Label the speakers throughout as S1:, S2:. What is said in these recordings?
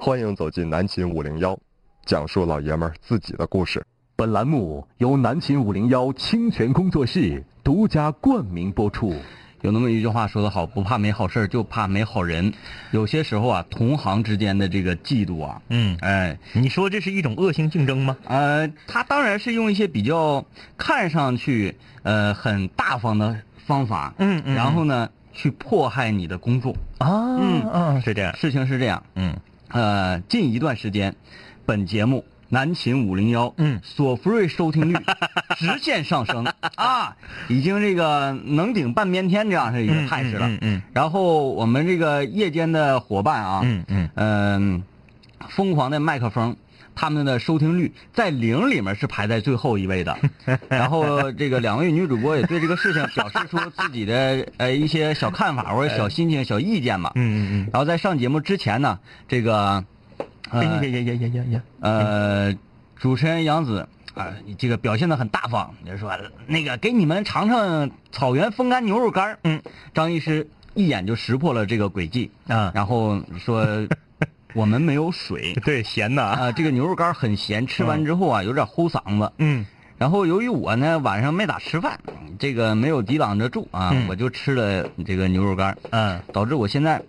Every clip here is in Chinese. S1: 欢迎走进南秦五零幺，讲述老爷们儿自己的故事。
S2: 本栏目由南秦五零幺清泉工作室独家冠名播出。
S3: 有那么一句话说得好，不怕没好事儿，就怕没好人。有些时候啊，同行之间的这个嫉妒啊，
S4: 嗯，
S3: 哎，
S4: 你说这是一种恶性竞争吗？
S3: 呃，他当然是用一些比较看上去呃很大方的方法，
S4: 嗯嗯
S3: 然后呢去迫害你的工作。
S4: 啊，嗯啊，是这样，
S3: 事情是这样，
S4: 嗯
S3: 呃，近一段时间，本节目南秦五零幺，
S4: 嗯
S3: 索福瑞收 听率直线上升啊，已经这个能顶半边天这样是一个态势了。
S4: 嗯嗯
S3: 然后我们这个夜间的伙伴啊，
S4: 嗯嗯
S3: 嗯、疯狂的麦克风，他们的收听率在零里面是排在最后一位 的。然后这个两位女主播也对这个事情表示出自己的呃一些小看法或者小心情、小意见嘛。
S4: 嗯嗯
S3: 然后在上节目之前呢，这个
S4: 嗯，呀
S3: 呃
S4: 呀呀呀呀呀，
S3: 呃主持人杨子啊、这个表现的很大方，就说那个给你们尝尝草原风干牛肉干儿
S4: 嗯，
S3: 张医师一眼就识破了这个诡计，
S4: 啊，
S3: 然后 说我们没有水
S4: 对，咸呐，
S3: 啊、这个牛肉干儿很咸，吃完之后啊有点齁嗓子。
S4: 嗯
S3: 然后由于我呢晚上没咋吃饭，这个没有抵挡得住啊，
S4: 嗯
S3: 我就吃了这个牛肉干儿。
S4: 嗯
S3: 导致我现在，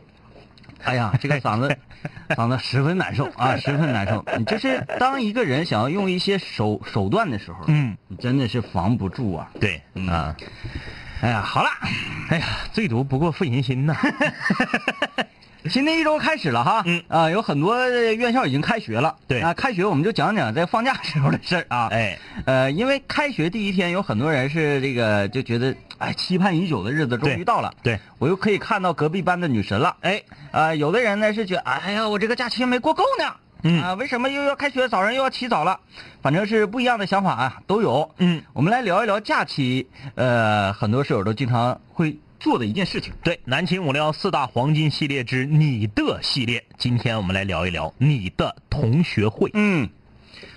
S3: 哎呀，这个嗓子， 嗓子十分难受啊，十分难受。你就是当一个人想要用一些手手段的时候，
S4: 嗯，
S3: 你真的是防不住啊。
S4: 对，
S3: 嗯
S4: 啊，
S3: 哎呀，好了，
S4: 哎呀，最毒不过妇人心呐，
S3: 新的一周开始了哈，
S4: 嗯
S3: 啊，有很多呃院校已经开学了，
S4: 对
S3: 啊，开学我们就讲讲在放假时候的事儿啊，
S4: 哎，
S3: 呃，因为开学第一天，有很多人是这个就觉得，哎，期盼已久的日子终于
S4: 对
S3: 到了，
S4: 对，
S3: 我又可以看到隔壁班的女神了。哎，啊、有的人呢是觉得，哎呀，我这个假期没过够呢。
S4: 嗯
S3: 啊、为什么又要开学，早上又要起早了？反正是不一样的想法啊，都有。
S4: 嗯，
S3: 我们来聊一聊假期，呃，很多室友都经常会做的一件事情。
S4: 对，南秦五零幺四大黄金系列之你的系列，今天我们来聊一聊你的同学会。
S3: 嗯，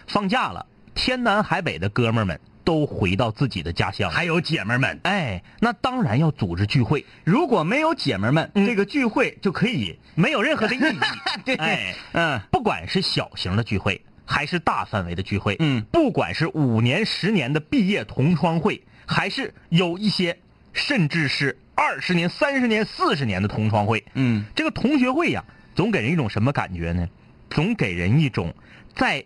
S4: 放假了，天南海北的哥们儿们都回到自己的家乡，还有姐们儿们，哎，那当然要组织聚会，
S3: 如果没有姐们们，
S4: 嗯
S3: 这个聚会就可以，。
S4: 没有任何的意义
S3: 对
S4: 哎，
S3: 嗯
S4: 不管是小型的聚会，还是大范围的聚会，
S3: 嗯
S4: 不管是五年、十年的毕业同窗会，还是有一些甚至是二十年、三十年、四十年的同窗会，
S3: 嗯
S4: 这个同学会呀，总给人一种什么感觉呢？总给人一种在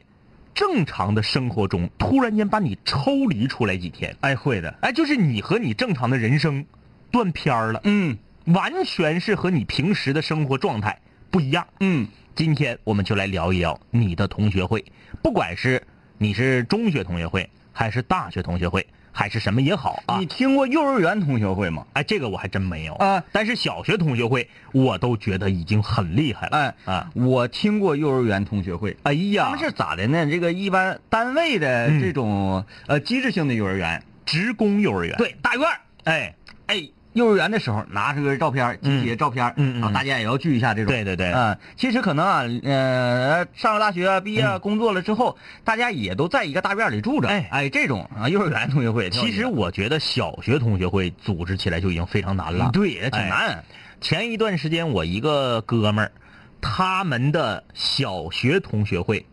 S4: 正常的生活中突然间把你抽离出来几天，
S3: 哎，会的。
S4: 哎，就是你和你正常的人生断片儿了，
S3: 嗯
S4: 完全是和你平时的生活状态不一样。
S3: 嗯
S4: 今天我们就来聊一聊你的同学会，不管是你是中学同学会，还是大学同学会，还是什么也好啊
S3: 你。听过幼儿园同学会吗？
S4: 哎，这个我还真没有
S3: 啊
S4: 但是小学同学会我都觉得已经很厉害了。
S3: 哎
S4: 啊，
S3: 我听过幼儿园同学会。
S4: 哎
S3: 他
S4: 呀
S3: 们，是咋的呢？这个一般单位的
S4: 嗯
S3: 这种、呃机制性的幼儿园，
S4: 职工幼儿园。，
S3: 对大院儿
S4: 哎，
S3: 哎，幼儿园的时候拿出个照片儿，集体的照片儿，
S4: 嗯嗯嗯
S3: 啊，大家也要聚一下这种。
S4: 对对对
S3: 嗯，其实可能啊，呃，上了大学啊，毕业啊，工作了之后，大家也都在一个大院里住着。
S4: 嗯哎
S3: 哎，这种啊，幼儿园同学会，
S4: 其实
S3: 挺
S4: 我觉得小学同学会组织起来就已经非常难
S3: 有意思
S4: 了。
S3: 嗯对也挺
S4: 哎
S3: 难。
S4: 前一段时间我一个哥们儿，他们的小学同学会，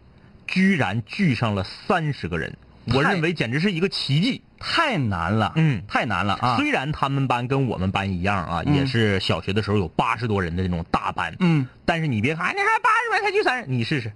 S4: 居然聚上了三十个人，我
S3: 太
S4: 认为简直是一个奇迹。
S3: 太难了，
S4: 嗯
S3: 太难了啊！
S4: 虽然他们班跟我们班一样啊，
S3: 嗯
S4: 也是小学的时候有八十多人的那种大班，
S3: 嗯，
S4: 但是你别看，哎，那还八十人才聚三十，你试试，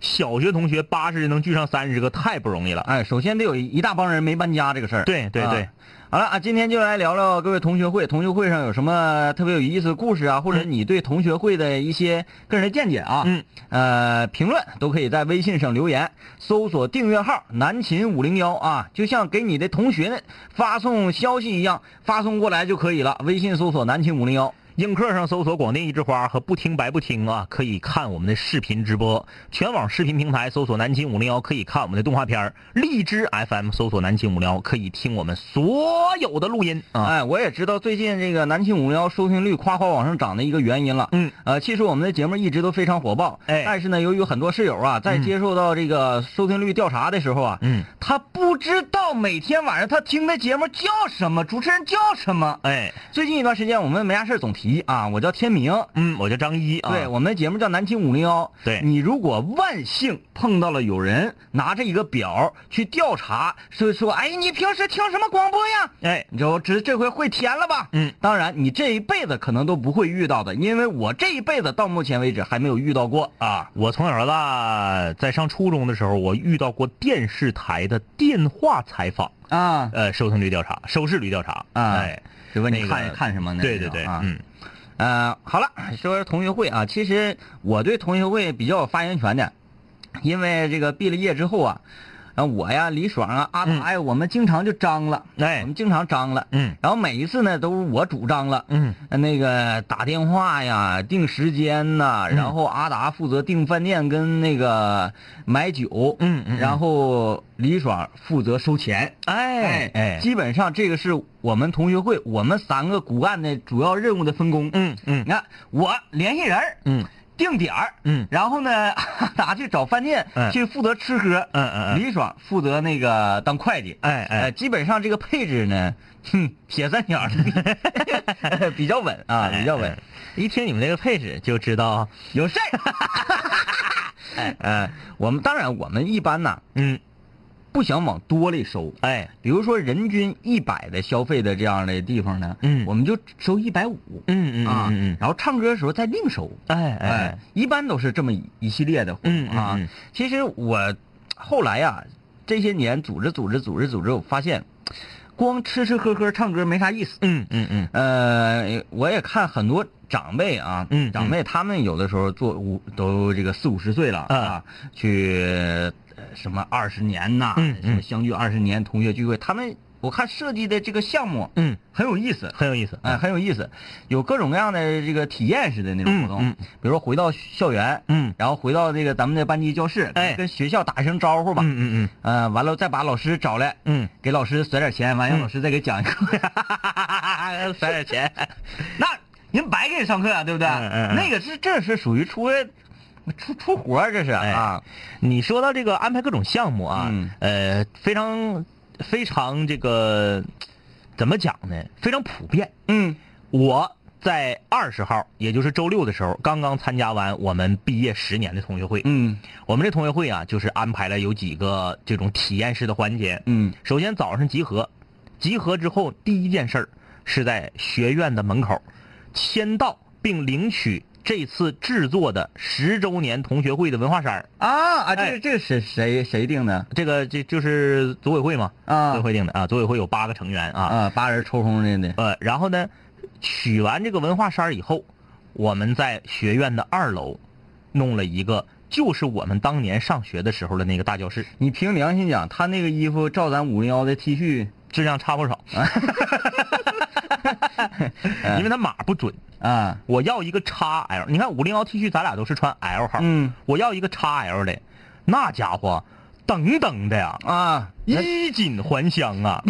S4: 小学同学八十人能聚上三十个，太不容易了。
S3: 哎，首先得有一大帮人没搬家这个事儿。
S4: 对对对
S3: 啊好了啊，今天就来聊聊各位同学会，同学会上有什么特别有意思的故事啊，或者你对同学会的一些个人的见解啊，
S4: 嗯，
S3: 呃，评论都可以在微信上留言，搜索订阅号“南秦五零幺”啊，就像给你的同学发送消息一样，发送过来就可以了。微信搜索“南秦五零幺
S4: 映客上搜索“广电一枝花”和“不听白不听”啊，可以看我们的视频直播。全网视频平台搜索“南秦五零幺”，可以看我们的动画片儿荔枝 FM 搜索“南秦五零幺”，可以听我们所有的录音”。啊。
S3: 哎，我也知道最近这个“南秦五零幺”收听率夸夸往上涨的一个原因了。
S4: 嗯，
S3: 呃，其实我们的节目一直都非常火爆，
S4: 哎
S3: 但是呢，由于很多室友啊，在接受到这个收听率调查的时候啊，
S4: 嗯，
S3: 他不知道每天晚上他听的节目叫什么，主持人叫什么。
S4: 哎，
S3: 最近一段时间，我们没啥事儿总题啊，我叫天明。
S4: 嗯，我叫张一啊。
S3: 对，我们的节目叫南青五零幺。
S4: 对
S3: 你如果万幸碰到了有人拿着一个表去调查，说说，哎，你平时听什么广播呀？
S4: 哎，
S3: 你就这这回会填了吧？
S4: 嗯，
S3: 当然，你这一辈子可能都不会遇到的，因为我这一辈子到目前为止还没有遇到过啊。
S4: 我从小到大在上初中的时候，我遇到过电视台的电话采访，
S3: 啊，
S4: 呃，收听率调查，收视率调查。
S3: 啊
S4: 哎，
S3: 就问你
S4: 那个
S3: 看看什么呢？
S4: 对对对，
S3: 啊，
S4: 嗯，
S3: 呃，好了，说说同学会啊，其实我对同学会比较有发言权的，因为这个毕了业之后啊，啊我呀、李爽啊、阿达呀，我们经常就张了，我
S4: 嗯哎
S3: 们，经常张了，
S4: 嗯
S3: 然后每一次呢都是我主张了。
S4: 嗯，
S3: 那个打电话呀，定时间呐、
S4: 嗯
S3: 然后阿达负责订饭店跟那个买酒，
S4: 嗯嗯嗯
S3: 然后李爽负责收钱，
S4: 哎哎，
S3: 基本上这个是我们同学会我们三个骨干的主要任务的分工。
S4: 嗯嗯
S3: 你看我联系人儿，
S4: 嗯
S3: 定点儿，
S4: 嗯
S3: 然后呢，阿达去找饭店
S4: 嗯
S3: 去负责吃喝，
S4: 嗯嗯嗯，
S3: 李爽负责那个当会计，
S4: 哎
S3: 呃，
S4: 哎，
S3: 基本上这个配置呢， 哼，铁三角的 比较稳啊，
S4: 哎
S3: 比较稳。
S4: 一听你们这个配置就知道，
S3: 有事儿， 哎，呃，我们当然我们一般呐
S4: 嗯，
S3: 不想往多里收，
S4: 哎，
S3: 比如说人均一百的消费的这样的地方呢，
S4: 嗯
S3: 我们就收一百五
S4: 嗯嗯
S3: 啊
S4: 嗯嗯，，
S3: 然后唱歌的时候再另收，
S4: 哎哎，，
S3: 一般都是这么一一系列的活动
S4: 嗯嗯
S3: 啊
S4: 嗯。
S3: 其实我后来呀，这些年组织组织组织组织，我发现光吃吃喝喝唱歌没啥意思。
S4: 嗯嗯嗯，
S3: 呃，我也看很多长辈啊，
S4: 嗯嗯
S3: 长辈他们有的时候做五都这个四五十岁了
S4: 啊
S3: 啊，去呃什么二十年呐、
S4: 嗯
S3: 什么
S4: 嗯
S3: 相聚二十年同学聚会，他们我看设计的这个项目
S4: 嗯，
S3: 很有意思，
S4: 很有意思，
S3: 哎、很有意思，有各种各样的这个体验式的那种活动，
S4: 嗯嗯
S3: 比如说回到校园，
S4: 嗯
S3: 然后回到这个咱们的班级教室，
S4: 哎
S3: 跟学校打一声招呼吧，
S4: 嗯嗯嗯
S3: 呃，完了再把老师找来，
S4: 嗯，
S3: 给老师甩点钱，完让老师再给讲一课，
S4: 塞 点钱，
S3: 那人白给你上课啊，对不对？
S4: 嗯嗯嗯
S3: 那个是这是属于出出出活儿这是、
S4: 哎
S3: 啊，
S4: 你说到这个安排各种项目啊，
S3: 嗯
S4: 呃，非常非常这个怎么讲呢？非常普遍。
S3: 嗯
S4: 我在二十号，也就是周六的时候，刚刚参加完我们毕业十年的同学会。
S3: 嗯
S4: 我们这同学会啊，就是安排了有几个这种体验式的环节。
S3: 嗯
S4: 首先早上集合，集合之后第一件事儿是在学院的门口签到并领取这次制作的十周年同学会的文化衫儿。
S3: 啊啊，这
S4: 哎
S3: 个这个是谁谁定的
S4: 这个这就是组委会嘛，组委
S3: 啊
S4: 会定的啊，组委会有八个成员啊，
S3: 啊，八人抽空的呢，
S4: 呃，然后呢，取完这个文化衫儿以后，我们在学院的二楼弄了一个，就是我们当年上学的时候的那个大教室，
S3: 你凭良心讲，他那个衣服照咱五零幺的 T 恤
S4: 质量差不少，
S3: 啊
S4: 因为它码不准，
S3: 啊，
S4: 我要一个 XL，你看五零幺 T 恤咱俩都是穿 L 号，
S3: 嗯
S4: 我要一个 XL 的，那家伙等等的呀，
S3: 啊，
S4: 衣锦还 乡啊，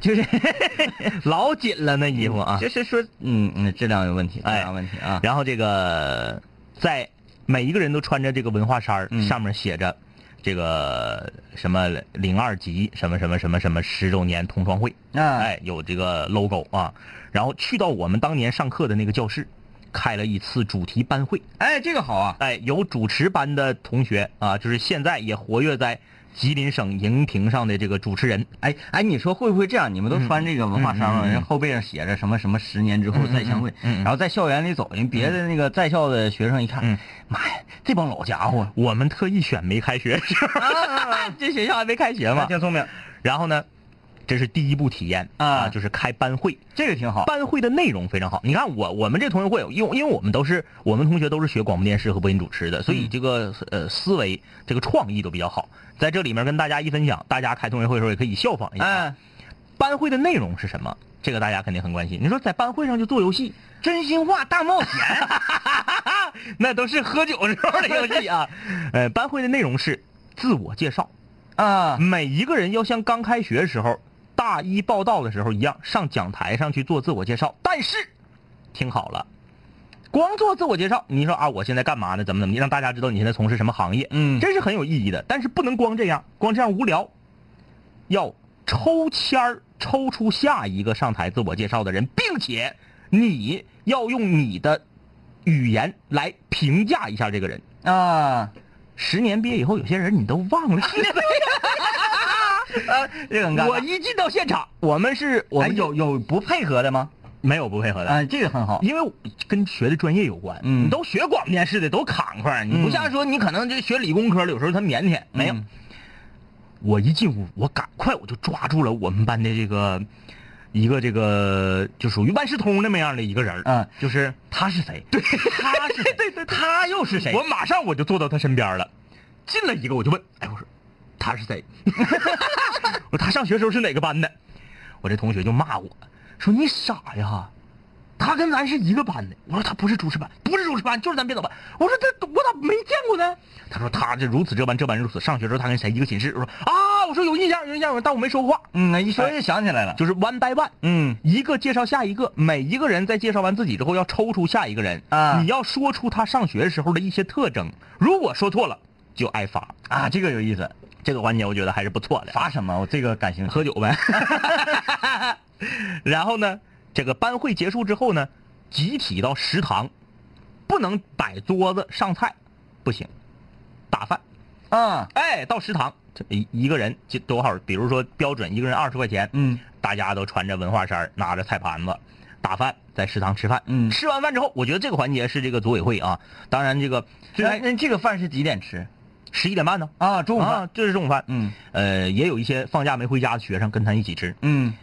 S3: 就是
S4: 老紧了那衣服啊。
S3: 就是说，嗯嗯，质量有问题，质
S4: 哎
S3: 量有问题啊，
S4: 然后这个在每一个人都穿着这个文化衫儿
S3: 嗯
S4: 上面写着这个什么零二级什么什么什么什么十周年同窗会，
S3: 啊
S4: 哎，有这个 logo 啊。然后去到我们当年上课的那个教室，开了一次主题班会，
S3: 哎，这个好啊，
S4: 哎，有主持班的同学啊，就是现在也活跃在吉林省荧屏上的这个主持人，
S3: 哎哎，你说会不会这样？你们都穿这个文化衫嘛，
S4: 嗯嗯嗯嗯
S3: 人后背上写着什么什么十年之后再相会，
S4: 嗯嗯嗯
S3: 然后在校园里走，人别的那个在校的学生一看，
S4: 嗯
S3: 妈呀，这帮老家伙，
S4: 我们特意选没开学的时候， 这学校 还没开学嘛，
S3: 挺聪明，
S4: 然后呢，这是第一步体验
S3: 啊
S4: 就是开班会。
S3: 这个挺好。
S4: 班会的内容非常好，你看我我们这同学会，因为因为我们都是我们同学都是学广播电视和播音主持的，所以这个、呃思维这个创意都比较好。在这里面跟大家一分享，大家开同学会的时候也可以效仿一下。
S3: 哎，
S4: 班会的内容是什么？这个大家肯定很关心。你说在班会上就做游戏，
S3: 真心话大冒险，
S4: 那都是喝酒时候的游戏啊。呃，班会的内容是自我介绍，
S3: 啊
S4: 每一个人要像刚开学时候大一报到的时候一样，上讲台上去做自我介绍。但是，听好了，光做自我介绍，你说啊，我现在干嘛呢？怎么怎么地，让大家知道你现在从事什么行业，
S3: 嗯
S4: 这是很有意义的。但是不能光这样，光这样无聊，要抽签儿抽出下一个上台自我介绍的人，并且你要用你的语言来评价一下这个人。
S3: 啊，
S4: 十年毕业以后，有些人你都忘了。
S3: 这个很尴尬。
S4: 我一进到现场，我们是我
S3: 哎
S4: 们
S3: 有有不配合的吗？
S4: 没有不配合的，
S3: 啊，这个很好。
S4: 哎因为跟学的专业有关。
S3: 嗯
S4: 你都学广电视的，都扛块儿你不
S3: 嗯
S4: 像说你可能就学理工科的，有时候他腼腆。没有，
S3: 嗯
S4: 我一进屋，我赶快我就抓住了我们班的这个一个这个就属于万事通那么样的一个人儿
S3: 嗯
S4: 就是他是谁？对，他是谁？ 对对，他又是谁？我马上我就坐到他身边了，进了一个我就问，哎，我说他是谁？ 我说他上学时候是哪个班的？我这同学就骂我说你傻呀，他跟咱是一个班的。我说他不是主持班，不是主持班，就是咱编导班。我说这我咋没见过呢？他说他这如此这般这般如此。上学时候他跟谁一个寝室？我说啊，我说有印象有印象，但我没说话。
S3: 嗯，一说就想起来了。
S4: 就是 one by one，
S3: 嗯，
S4: 一个介绍下一个，每一个人在介绍完自己之后要抽出下一个人
S3: 啊
S4: 你要说出他上学时候的一些特征，如果说错了就挨罚
S3: 啊，这个有意思。
S4: 这个环节我觉得还是不错的，
S3: 罚什么？我这个感兴趣。
S4: 喝酒呗。 然后呢，这个班会结束之后呢，集体到食堂，不能摆桌子上菜，不行，打饭。
S3: 啊，
S4: 哎，到食堂，这一一个人就多少？比如说标准一个人二十块钱，
S3: 嗯，
S4: 大家都穿着文化衫儿，拿着菜盘子，打饭，在食堂吃饭。
S3: 嗯
S4: 吃完饭之后，我觉得这个环节是这个组委会啊，当然这个
S3: 那那这个饭是几点吃？
S4: 十一点半呢，
S3: 啊，中午饭。
S4: 啊，这是中午饭。
S3: 嗯
S4: 呃，也有一些放假没回家的学生跟他一起吃。
S3: 嗯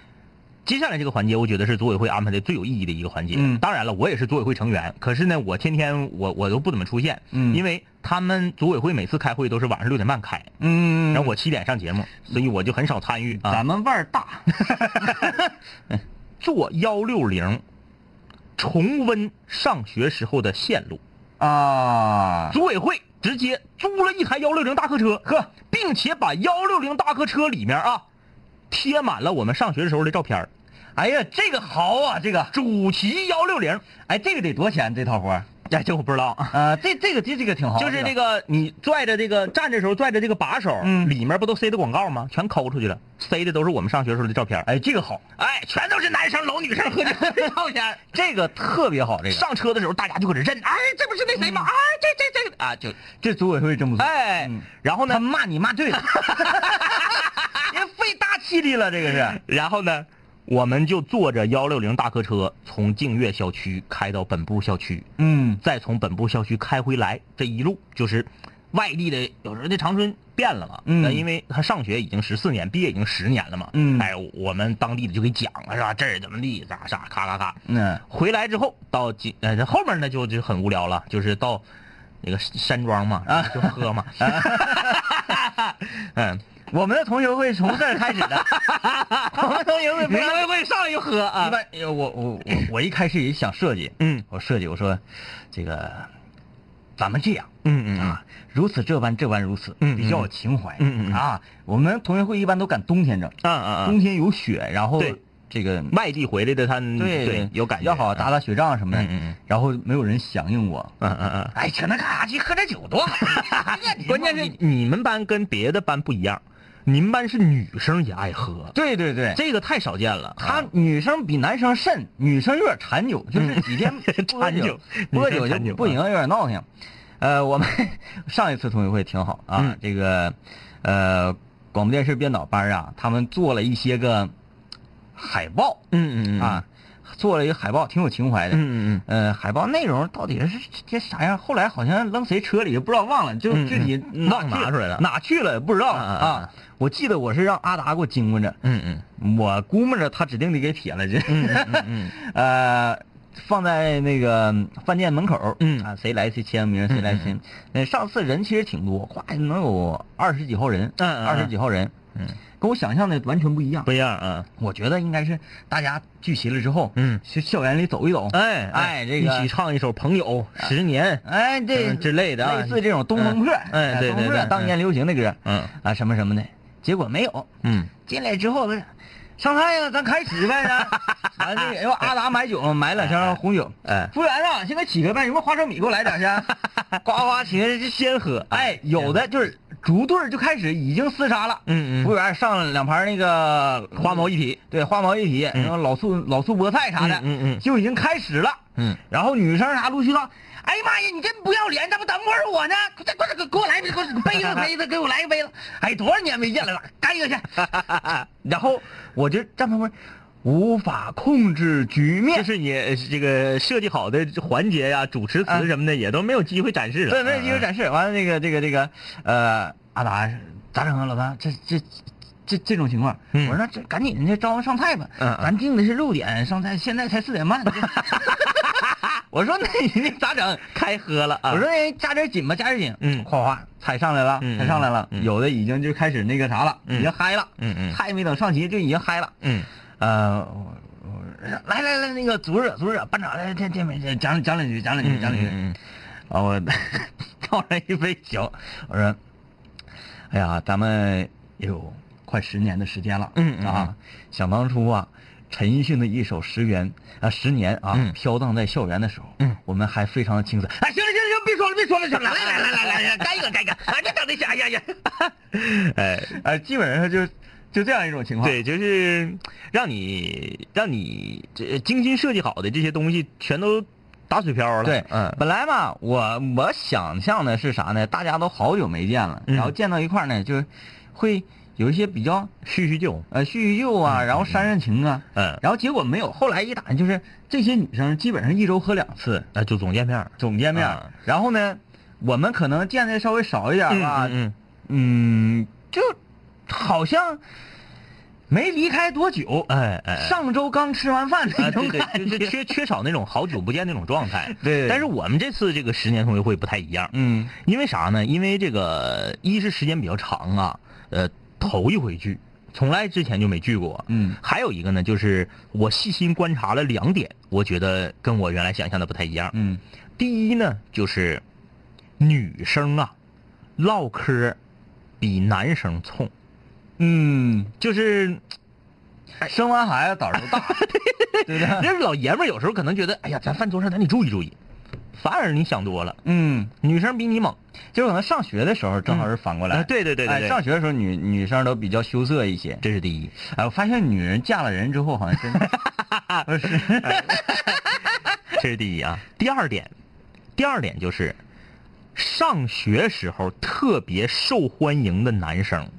S4: 接下来这个环节，我觉得是组委会安排的最有意义的一个环节。
S3: 嗯
S4: 当然了，我也是组委会成员，可是呢，我天天我我都不怎么出现，
S3: 嗯
S4: 因为他们组委会每次开会都是晚上六点半开，
S3: 嗯，
S4: 然后我七点上节目，所以我就很少参与啊。
S3: 咱们腕儿大。
S4: 坐幺六零，重温上学时候的线路。
S3: 啊，
S4: 组委会直接租了一台幺六零大客车，呵，并且把幺六零大客车里面啊贴满了我们上学时候的照片儿哎呀，这个好啊，这个主题幺六零，
S3: 哎，这个得多少钱？这套活儿？
S4: 哎，这我不知道啊。
S3: 啊，这这个这这个挺好。
S4: 就是这
S3: 个
S4: 个你拽着这个站着时候拽着这个把手，
S3: 嗯
S4: 里面不都塞的广告吗？全抠出去了，塞的都是我们上学时候的照片。哎，这个好，哎，全都是男生搂女生喝酒的照片。
S3: 这个特别好，这个嗯
S4: 上车的时候大家就搁这认，哎，这不是那谁吗？哎，这这这啊，就
S3: 这组委会真不错。
S4: 哎
S3: 嗯，
S4: 然后呢
S3: 他？骂你骂对 了，人费大气力了，这个 是。
S4: 然后呢，我们就坐着幺六零大客车从净月校区开到本部校区，
S3: 嗯
S4: 再从本部校区开回来，这一路就是外地的，有时候那长春变了嘛，
S3: 嗯
S4: 那因为他上学已经十四年，毕业已经十年了嘛，
S3: 嗯
S4: 哎，我们当地的就给讲了是吧？这儿怎么地，咋啥，咔咔咔。
S3: 嗯
S4: 回来之后到几呃后面呢就就很无聊了，就是到那个山庄嘛，啊，就喝 嘛， 嗯，
S3: 我们的同学会从这儿开始 的，我们同学会非常
S4: 学会哎上来就喝啊
S3: 一，般呃我我我我一开始也想设计，
S4: 嗯
S3: 我设计我说，这个，咱们这样
S4: 嗯嗯嗯
S3: 啊，如此这般这般如此，
S4: 嗯嗯
S3: 比较有情怀，
S4: 嗯嗯嗯
S3: 啊，我们同学会一般都赶冬天整，
S4: 啊啊啊
S3: 冬！天有雪，然后
S4: 对
S3: 这个
S4: 外地回来的他
S3: 对
S4: 有感觉，
S3: 要好打打雪仗什么的，
S4: 嗯嗯嗯
S3: 啊然后没有人响应我，
S4: 嗯嗯嗯。
S3: 哎，扯那干啥去？喝点酒多 好，
S4: 关键是你们班跟别的班不一样，你们班是女生也爱喝，
S3: 对啊对对，
S4: 这个太少见了。
S3: 他女生比男生甚，女生有点馋酒，就是几天 不喝
S4: 馋酒
S3: 不喝
S4: 嗯女
S3: 酒
S4: 生馋嗯
S3: 就
S4: 酒
S3: 不行，有点闹挺。呃，我们 上一次同学会挺好啊，
S4: 嗯
S3: 这个呃广播电视编导班啊，他们做了一些个海报
S4: 嗯
S3: 啊，做了一个海报，挺有情怀的。
S4: 嗯嗯
S3: 呃，海报内容到底是这啥样？后来好像扔谁车里，不知道忘了，就
S4: 嗯嗯
S3: 具体
S4: 忘拿出来了
S3: 哪去了不知道
S4: 啊啊啊
S3: 啊。我记得我是让阿达给我经过着，
S4: 嗯嗯
S3: 我估摸着他指定得给撇了这。
S4: 嗯嗯嗯
S3: 呃，放在那个饭店门口，
S4: 嗯
S3: 啊，谁来谁签名，谁来签。那、上次人其实挺多，咵能有二十几号人，
S4: 嗯嗯嗯
S3: 二十几号人，
S4: 嗯，
S3: 跟我想象的完全不一样
S4: 不。一样啊。
S3: 我觉得应该是大家聚齐了之后，
S4: 嗯
S3: 去校园里走一走，
S4: 哎
S3: 哎，这
S4: 一
S3: 个
S4: 起，唱一首《朋友》十年，
S3: 哎，这
S4: 嗯之类的啊
S3: 类似这种东风破，
S4: 嗯哎对
S3: 东风
S4: 对
S3: 破
S4: 对
S3: 当年流行那歌，
S4: 嗯
S3: 啊，什么什么的，结果没有，
S4: 嗯
S3: 进来之后，上菜呀，咱开始呗，咱 完那个，哎呦，阿达买酒，买两箱红酒。
S4: 哎
S3: 服务员啊， 哎现在起个呗，有没有花生米给我来点去？呱呱起来就先喝。哎，有的就是逐对儿就开始已经厮杀了。
S4: 嗯嗯
S3: 服务员上两盘那个
S4: 花毛一体，
S3: 对花毛一体，
S4: 嗯
S3: 然后老醋老醋菠菜啥的，
S4: 嗯嗯嗯
S3: 就已经开始了。
S4: 嗯，
S3: 然后女生啥陆续道，哎呀妈呀，你真不要脸！怎么等会儿我呢？快快给给我来一杯，给我杯子杯子，给我来一杯子！哎，多少年没见了，干一个去！然后我就站旁边，无法控制局面
S4: 就。是你呃这个设计好的环节呀、主持词什么的也都没有机会展示
S3: 啊
S4: 了。
S3: 对，没有机会展示。完了，那个这个这个，呃，阿达咋整啊，老三？这这这这种情况，
S4: 嗯
S3: 我说那这赶紧的招呼上菜吧，
S4: 嗯嗯
S3: 咱定的是六点上菜，现在才四点半。这我说那你那咋整？
S4: 开喝了啊！
S3: 我说哎加点紧吧，加点紧。
S4: 嗯
S3: 哗哗，菜上来了，
S4: 嗯
S3: 菜上来了，
S4: 嗯
S3: 有的已经就开始那个啥了，
S4: 嗯
S3: 已经嗨了。
S4: 嗯嗯
S3: 菜没等上齐就已经嗨了。
S4: 嗯
S3: 呃，我我来来来，那个组织者组织者班长来这这边这讲讲两句，讲两句，讲两句。
S4: 嗯
S3: 啊，我 倒上一杯酒，我说，哎呀，咱们也有快十年的时间了，
S4: 嗯嗯
S3: 啊，想当初啊，陈奕迅的一首《十元》啊，《十年》啊，
S4: 嗯
S3: 飘荡在校园的时候，
S4: 嗯，
S3: 我们还非常的青涩。哎，行了行了行了，别说了别说了行了，来来来来来来，干一个干一个，啊，别等那些，哎呀呀，
S4: 哎，
S3: 哎，基本上就就这样一种情况，
S4: 对，就是让你让你这精心设计好的这些东西全都打水漂了。
S3: 对，
S4: 嗯
S3: 本来嘛，我我想象的是啥呢？大家都好久没见了，
S4: 嗯
S3: 然后见到一块儿呢，就是会有一些比较叙叙旧，呃，叙叙旧啊，然后煽煽情啊，
S4: 嗯，
S3: 然后结果没有。后来一打听，就是这些女生基本上一周喝两次
S4: 那就总见面儿。
S3: 总见面，
S4: 啊
S3: 然后呢，我们可能见的稍微少一点儿吧，
S4: 嗯
S3: 嗯就好像没离开多久，
S4: 哎哎哎
S3: 上周刚吃完饭
S4: 啊，
S3: 那
S4: 对
S3: 种
S4: 对
S3: 感，觉，
S4: 就就缺缺少那种好久不见那种状态。
S3: 对
S4: 但是我们这次这个十年同学会不太一样，
S3: 嗯
S4: 因为啥呢？因为这个一是时间比较长啊，呃，头一回聚，从来之前就没聚过。
S3: 嗯
S4: 还有一个呢，就是我细心观察了两点，我觉得跟我原来想象的不太一样。
S3: 嗯
S4: 第一呢，就是女生啊，唠嗑比男生冲，
S3: 嗯，
S4: 就是
S3: 生完孩子胆儿都 大，对不对？
S4: 那老爷们儿有时候可能觉得，哎呀，咱饭桌上咱得注意注意，反而你想多了，
S3: 嗯，
S4: 女生比你猛。
S3: 就是可能上学的时候正好是反过来。
S4: 啊，对对对对
S3: 哎，
S4: 对，
S3: 上学的时候女女生都比较羞涩一些。
S4: 这是第一。
S3: 哎，我发现女人嫁了人之后好像真的 不是，
S4: 这是第一啊。第二点，第二点就是，上学时候特别受欢迎的男生，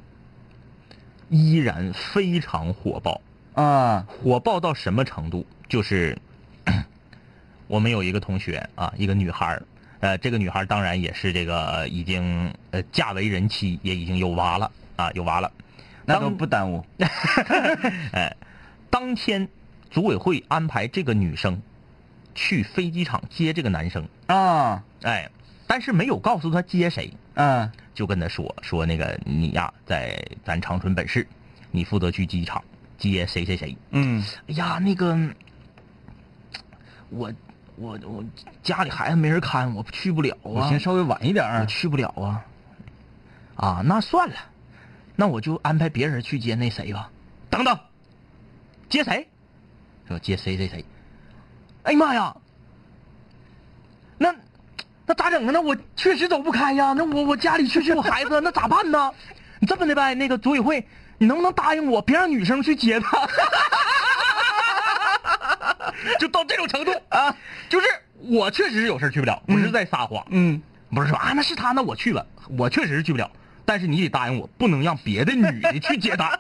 S4: 依然非常火爆。
S3: 啊，
S4: 火爆到什么程度？就是 我们有一个同学啊，一个女孩儿呃，这个女孩儿当然也是这个、呃已经呃嫁为人妻，也已经有娃了啊，有娃了。
S3: 那都不耽 误。
S4: 当天组委会安排这个女生去飞机场接这个男生，
S3: 啊
S4: 哎，但是没有告诉他接谁，
S3: 啊
S4: 就跟他说说那个你呀、在咱长春本市，你负责去机场接谁谁谁。
S3: 嗯
S4: 哎呀，那个我我我家里孩子没人看，我去不了啊，
S3: 我先稍微晚一点
S4: 我
S3: 儿。
S4: 去不了啊。啊，那算了，那我就安排别人去接那谁吧。等等，接谁？说接谁谁谁。哎呀妈呀！那那咋整啊？那我确实走不开呀。那我我家里确实有孩子，啊 那咋办呢？你这么的呗，那个组委会，你能不能答应我，别让女生去接他？ 就到这种程度啊！就是我确实是有事儿去不了，不是在撒谎。
S3: 嗯，
S4: 不是说啊，那是他，那我去吧，我确实是去不了，但是你得答应我，不能让别的女的去接 他，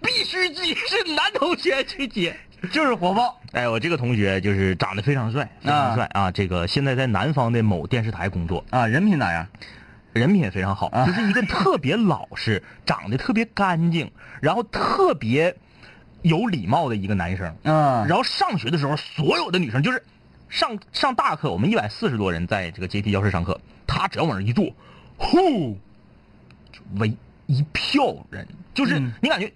S4: 必须自己是男同学去接。
S3: 就是火爆。
S4: 哎，我这个同学就是长得非常帅，非常帅啊！这个现在在南方的某电视台工作，
S3: 啊，人品咋样？
S4: 人品也非常好，
S3: 啊
S4: 就是一个特别老实、长得特别干净，然后特别有礼貌的一个男生。
S3: 啊，
S4: 然后上学的时候，所有的女生就是上上大课，我们一百四十多人在这个阶梯教室上课，她只要往那儿一坐，呼，就围一票人，就是
S3: 嗯
S4: 你感觉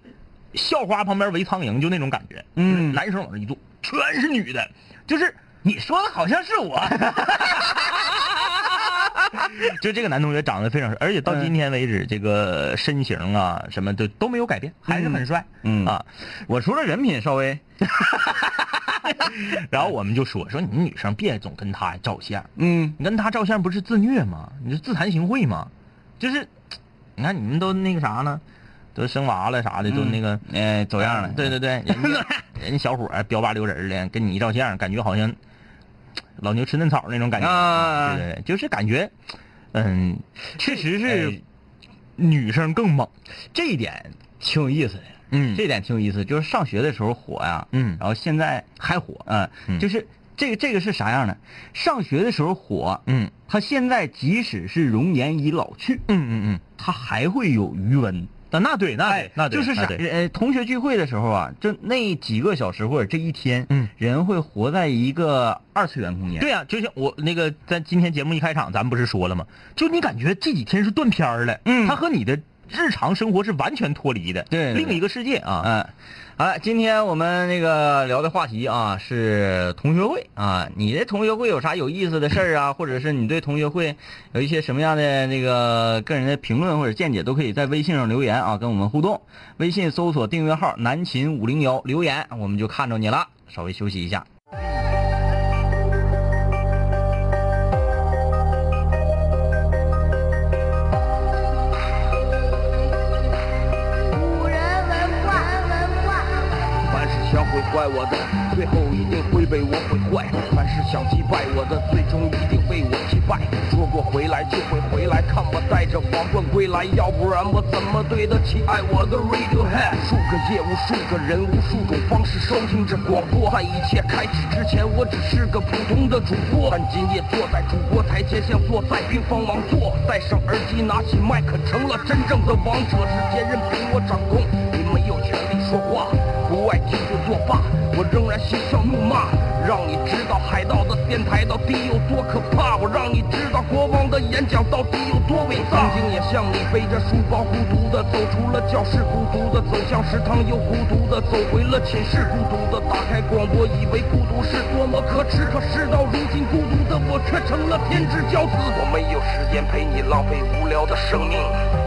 S4: 校花旁边围苍蝇，就那种感觉。
S3: 嗯
S4: 就是男生往那儿一坐，全是女的，就是你说的好像是 我。就这个男同学长得非常帅，而且到
S3: 嗯
S4: 今天为止，这个身形啊什么的都没有改变，还是很帅。
S3: 嗯
S4: 啊，
S3: 我除了人品稍 微，
S4: 然后我们就说说你女生别总跟他照相，
S3: 嗯
S4: 你跟他照相不是自虐吗？你是自惭形秽吗？就是你看你们都那个啥呢，都生娃了啥的，都那个
S3: 呃，走样了。
S4: 对对对，人 家人家小伙儿标八溜人儿的，跟你一照相，感觉好像老牛吃嫩草那种感觉。
S3: 啊
S4: 对对，对就是感觉，嗯，确实
S3: 哎
S4: 是女生更猛。
S3: 这一点挺有意思的。
S4: 嗯
S3: 这点挺有意思，就是上学的时候火呀，
S4: 嗯
S3: 然后现在还火，嗯，
S4: 嗯
S3: 就是这个这个是啥样呢？上学的时候火，
S4: 嗯
S3: 他现在即使是容颜已老去，
S4: 嗯嗯嗯，
S3: 他还会有余温。哎
S4: 那那对那对那对，
S3: 就是
S4: 那
S3: 啥
S4: 对？
S3: 呃，同学聚会的时候啊，就那几个小时或者这一天，
S4: 嗯，
S3: 人会活在一个二次元空间。
S4: 对呀、就像我那个，咱今天节目一开场，咱们不是说了吗？就你感觉这几天是断片儿了，
S3: 嗯
S4: 它和你的日常生活是完全脱离的，
S3: 对对对
S4: 另一个世界啊，
S3: 嗯，好了，今天我们那个聊的话题啊是同学会啊，你的同学会有啥有意思的事儿啊，或者是你对同学会有一些什么样的那个个人的评论或者见解，都可以在微信上留言啊，跟我们互动。微信搜索订阅号“南秦五零幺”留言，我们就看着你了。稍微休息一下。
S5: 古人文化，文化。
S6: 凡是想毁坏我的，最后一定会被我毁坏；凡是想击败我的，最终一定被我击败。说过回来就会回来，看我带着皇冠归来，要不然我怎么对得起爱我的 Radiohead？数个夜，无数个人，无数种方式收听着广播。在一切开始之前，我只是个普通的主播，但今夜坐在主播台前，像坐在冰封王座，戴上耳机，拿起麦克，成了真正的王者。时间任凭我掌控，你没有权利说话，不爱听就作罢。我仍然嬉笑怒骂，让你知道海盗的电台到底有多可怕，我让你知道国王的演讲到底有多伟大。曾经也像你背着书包孤独的走出了教室，孤独的走向食堂，又孤独的走回了寝室，孤独的打开广播，以为孤独是多么可耻。可事到如今，孤独的我却成了天之骄子。我没有时间陪你浪费无聊的生命，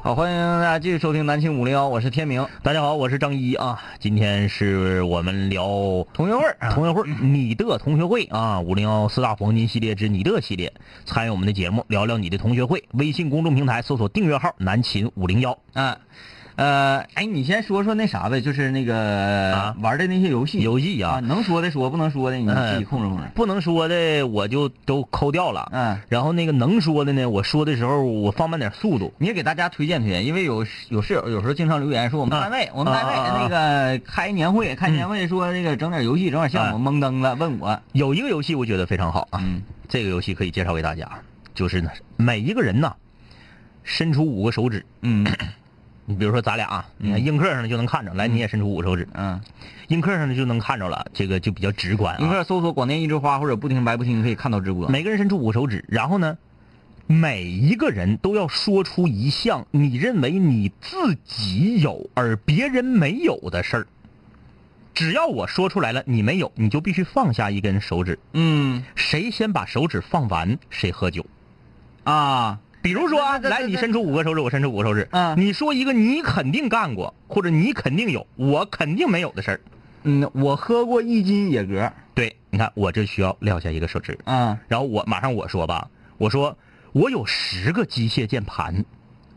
S3: 好，欢迎大家继续收听南青五零幺，我是天明。
S4: 大家好，我是张一啊，今天是我们聊
S3: 同学会儿啊
S4: 同学会儿，
S6: 嗯
S4: 你的同学会啊，五零幺四大黄金系列之你的系列，参与我们的节目，聊聊你的同学会。微信公众平台搜索订阅号“南秦五零幺
S3: 啊，呃，哎，你先说说那啥呗，就是那个、
S4: 啊
S3: 玩的那些游”戏。
S4: 游戏
S6: 嗯
S3: 啊，
S4: 啊，
S3: 能说的说，不能说的你
S4: 嗯
S3: 自己控制控制。
S4: 不能说的我就都抠掉了。
S3: 嗯，
S4: 然后那个能说的呢，我说的时候我放慢点速度。
S3: 你也给大家推荐推荐，因为有有室友有时候经常留言说我们
S4: 啊
S3: 单位、我们单位
S4: 啊啊啊嗯
S3: 那个开年会、开年会说那个整点游戏整点项
S4: 啊
S3: 目、懵登了，问我，
S4: 有一个游戏我觉得非常好啊，
S3: 嗯
S4: 这个游戏可以介绍给大家，啊就是呢，每一个人呢，伸出五个手指，
S3: 嗯
S4: 你比如说咱俩、啊，你看
S3: 嗯
S4: 映客上就能看着，来你也伸出五个手指，
S3: 嗯，
S4: 映客上就能看着了，这个就比较直观
S3: 一
S4: 啊。嗯
S3: 块搜索“广电一枝花”或者“不听白不听”，可以看到直播。
S4: 每个人伸出五个手指，然后呢，每一个人都要说出一项你认为你自己有而别人没有的事儿。只要我说出来了，你没有，你就必须放下一根手指。
S3: 嗯
S4: 谁先把手指放完，谁喝酒。
S3: 啊，
S4: 比如说啊，
S3: 对对对
S4: 来，
S3: 对
S4: 你伸出五个手指，我伸出五个手指。
S3: 嗯
S4: 你说一个你肯定干过，或者你肯定有，我肯定没有的事儿。
S3: 嗯，我喝过一斤野格，
S4: 对，你看，我这需要撂下一个手指。
S3: 啊
S4: 然后我马上我说吧，我说我有十个机械键盘，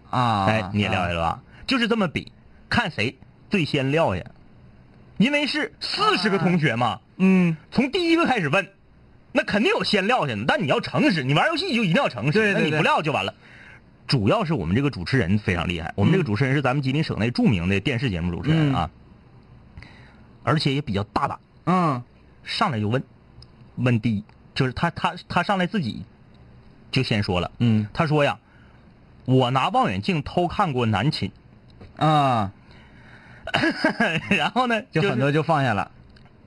S3: 啊，
S4: 哎，你也撂下了吧？就是这么比，看谁最先撂下。因为是四十个同学嘛，
S3: 嗯，
S4: 从第一个开始问，那肯定有先撂下的。但你要诚实，你玩游戏就一定要诚实，
S3: 对对
S4: 那你
S3: 对
S4: 不撂就完了。主要是我们这个主持人非常厉害，我
S3: 嗯
S4: 们这个主持人是咱们吉林省内著名的电视节目主持人啊，而且也比较大胆，
S3: 嗯
S4: 上来就问，问第一就是他他他上来自己就先说了，
S3: 嗯
S4: 他说呀，我拿望远镜偷看过南秦，
S3: 啊，
S4: 然后呢
S3: 就很
S4: 是
S3: 多就放下了。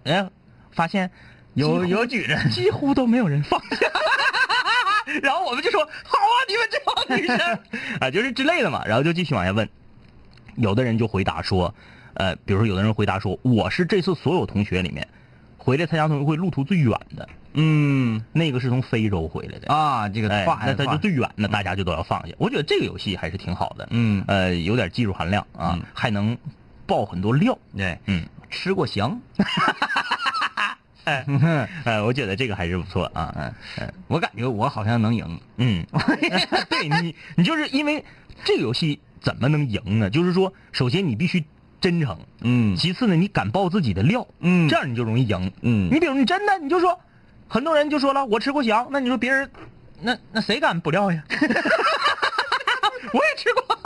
S4: 哎，发现
S3: 有
S4: 几乎
S3: 有举着
S4: 几乎都没有人放下。 然后我们就说好啊，你们这帮女 生啊，就是之类的嘛。然后就继续往下问，有的人就回答说，呃，比如说有的人回答说，我是这次所有同学里面回来参加同学会路途最远的，
S3: 嗯
S4: 那个是从非洲回来的。
S3: 啊，这个
S4: 哎，
S3: 跨
S4: 那
S3: 呀
S4: 他
S3: 跨
S4: 就最远，那大家就都要放下。我觉得这个游戏还是挺好的，
S3: 嗯
S4: 呃，有点技术含量啊，还能爆很多料，
S3: 对，
S4: 嗯，
S3: 吃过 翔。嗯
S4: 哎，我觉得这个还是不错啊，
S3: 我感觉我好像能赢，
S4: 嗯， 对你，你就是因为这个游戏怎么能赢呢？就是说，首先你必须真诚，
S3: 嗯
S4: 其次呢，你敢爆自己的料，
S3: 嗯
S4: 这样你就容易赢，
S3: 嗯
S4: 你比如你真的你就说，很多人就说了，我吃过翔，那你说别人，那那谁敢不料呀？ 我也吃 过，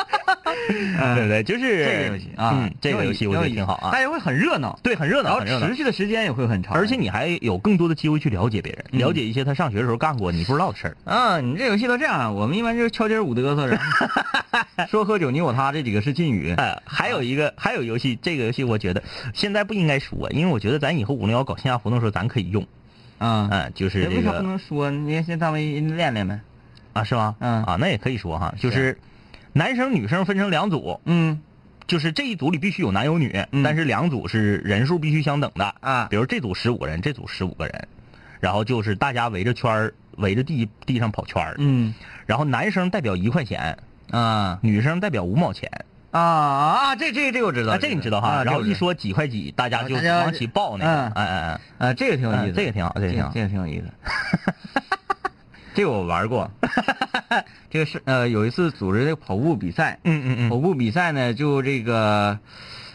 S4: 对不对？就是
S3: 这个游戏啊，
S4: 嗯，这个游戏我觉得挺好啊
S3: 大，家会很热闹，
S4: 对，很热
S3: 哎然
S4: 闹，
S3: 后
S4: 很热闹
S3: 持。续的时间也会很长，
S4: 而且你还有更多的机会去了解别人，
S3: 嗯
S4: 了解一些他上学的时候干过你不知道的事儿。
S3: 啊，你这游戏都这样啊，我们一般就是敲击舞嘚瑟着， 说喝酒你我他这几个是禁语，
S4: 哎，还有一个，还有游戏，这个游戏我觉得现在不应该说，因为我觉得咱以后五零幺搞线下活动的时候，咱可以用。
S3: 啊，
S4: 哎，就是
S3: 哎
S4: 这
S3: 为啥不
S4: 个
S3: 能说？你先先咱们练练呗，
S4: 啊，是吗？
S3: 嗯
S4: 啊，那也可以说哈，就是男生女生分成两组，
S3: 嗯
S4: 就是这一组里必须有男有女，
S3: 嗯
S4: 但是两组是人数必须相等的
S3: 啊
S4: 比如这组十五个人，这组十五个人，然后就是大家围着圈儿，围着地地上跑圈儿，
S3: 嗯
S4: 然后男生代表一块钱，
S3: 啊
S4: 女生代表五毛钱。
S3: 啊啊，这这这个我知道，
S4: 啊，这个你知道哈？
S3: 啊
S4: 然后
S3: 这个我
S4: 一
S3: 知道
S4: 说几块几，大家
S3: 啊
S4: 就
S3: 大家
S4: 往起报那个
S3: 嗯，
S4: 哎哎哎，
S3: 啊，这个挺有意思
S4: 嗯
S3: 的，
S4: 这个挺好这个挺好
S3: 这个挺有意思。 这个我玩过， 这个是呃有一次组织这个跑步比赛，
S4: 嗯嗯嗯
S3: 跑步比赛呢就这个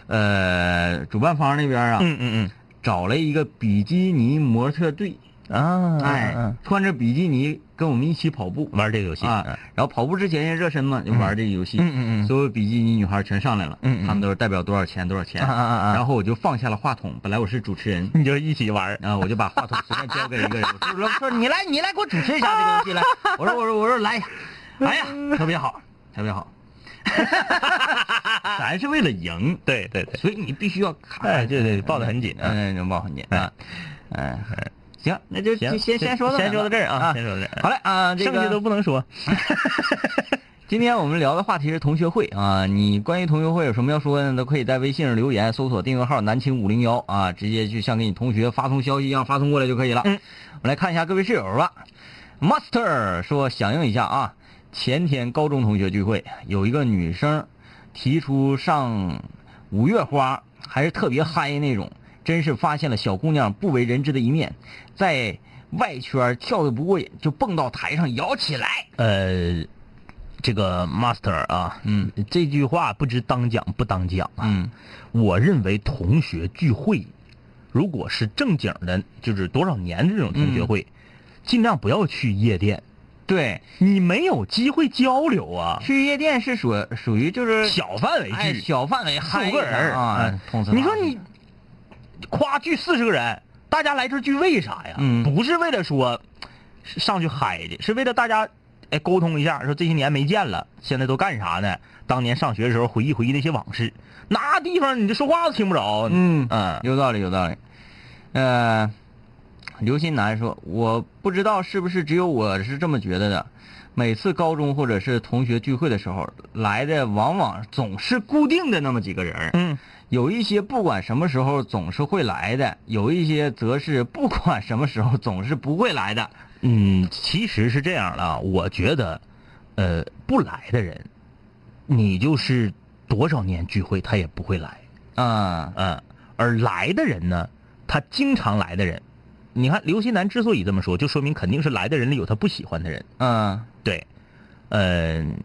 S3: 呃主办方那边啊，
S4: 嗯嗯
S3: 找了一个比基尼模特队，
S4: 嗯啊，
S3: 哎，
S4: 嗯
S3: 穿着比基尼跟我们一起跑步
S4: 嗯玩这个游戏
S3: 啊，然后跑步之前先热身嘛，就玩这个游戏，
S4: 嗯嗯嗯
S3: 所有比基尼女孩全上来了，
S4: 嗯嗯
S3: 她们都是代表多少钱多少钱，
S4: 啊啊啊啊
S3: 然后我就放下了话筒，本来我是主持人，
S4: 你就一起玩，
S3: 然后我就把话筒随便交给一个人，我说 说你来你来给我主 持一下这个游戏来，我说我说我说来呀，哎呀特别好特别 好，咱是为了赢，
S4: 对对对，
S3: 所以你必须要卡，
S4: 哎对对抱得很紧啊
S3: 嗯，能抱很紧啊，嗯，行，那就
S4: 行
S3: 就先
S4: 这
S3: 先说到
S4: 先
S3: 儿
S4: 说到这儿啊
S3: 啊，
S4: 先说到这儿
S3: 好嘞啊，这
S4: 剩下
S3: 个
S4: 都不能说。
S3: 今天我们聊的话题是同学会啊，你关于同学会有什么要说的呢？都可以在微信上留言，搜索订阅号“南青五零幺”啊，直接就像给你同学发送消息一样发送过来就可以了。嗯，我来看一下各位室友吧。Master 说响应一下啊，前天高中同学聚会，有一个女生提出上五月花，还是特别嗨那种，真是发现了小姑娘不为人知的一面，在外圈跳的不过瘾，就蹦到台上摇起来。
S4: 呃，这个 master 啊，
S3: 嗯，
S4: 这句话不知当讲不当讲啊。
S3: 嗯，
S4: 我认为同学聚会，如果是正经的，就是多少年的这种同学会，
S3: 嗯
S4: 尽量不要去夜店，
S3: 对，
S4: 你没有机会交流啊。
S3: 去夜店是属属于就是
S4: 小范围
S3: 哎
S4: 聚，
S3: 小范围
S4: 四
S3: 嗨
S4: 五
S3: 一
S4: 个
S3: 下
S4: 人儿
S3: 啊
S4: 哎，
S3: 碰瓷儿
S4: 你说你夸聚四十个人，大家来这儿聚为啥呀？
S3: 嗯
S4: 不是为了说是上去嗨去，是为了大家哎沟通一下，说这些年没见了，现在都干啥呢？当年上学的时候回忆回忆那些往事，那地方你这说话都听不着。
S3: 嗯
S4: 嗯
S3: 有道理有道理。呃，刘新南说，我不知道是不是只有我是这么觉得的。每次高中或者是同学聚会的时候，来的往往总是固定的那么几个人儿。
S4: 嗯
S3: 有一些不管什么时候总是会来的，有一些则是不管什么时候总是不会来的。
S4: 嗯，其实是这样的啊，我觉得，呃，不来的人，你就是多少年聚会他也不会来。
S3: 啊、
S4: 嗯，而来的人呢，他经常来的人，你看刘新南之所以这么说，就说明肯定是来的人里有他不喜欢的人。
S3: 嗯
S4: 对，嗯、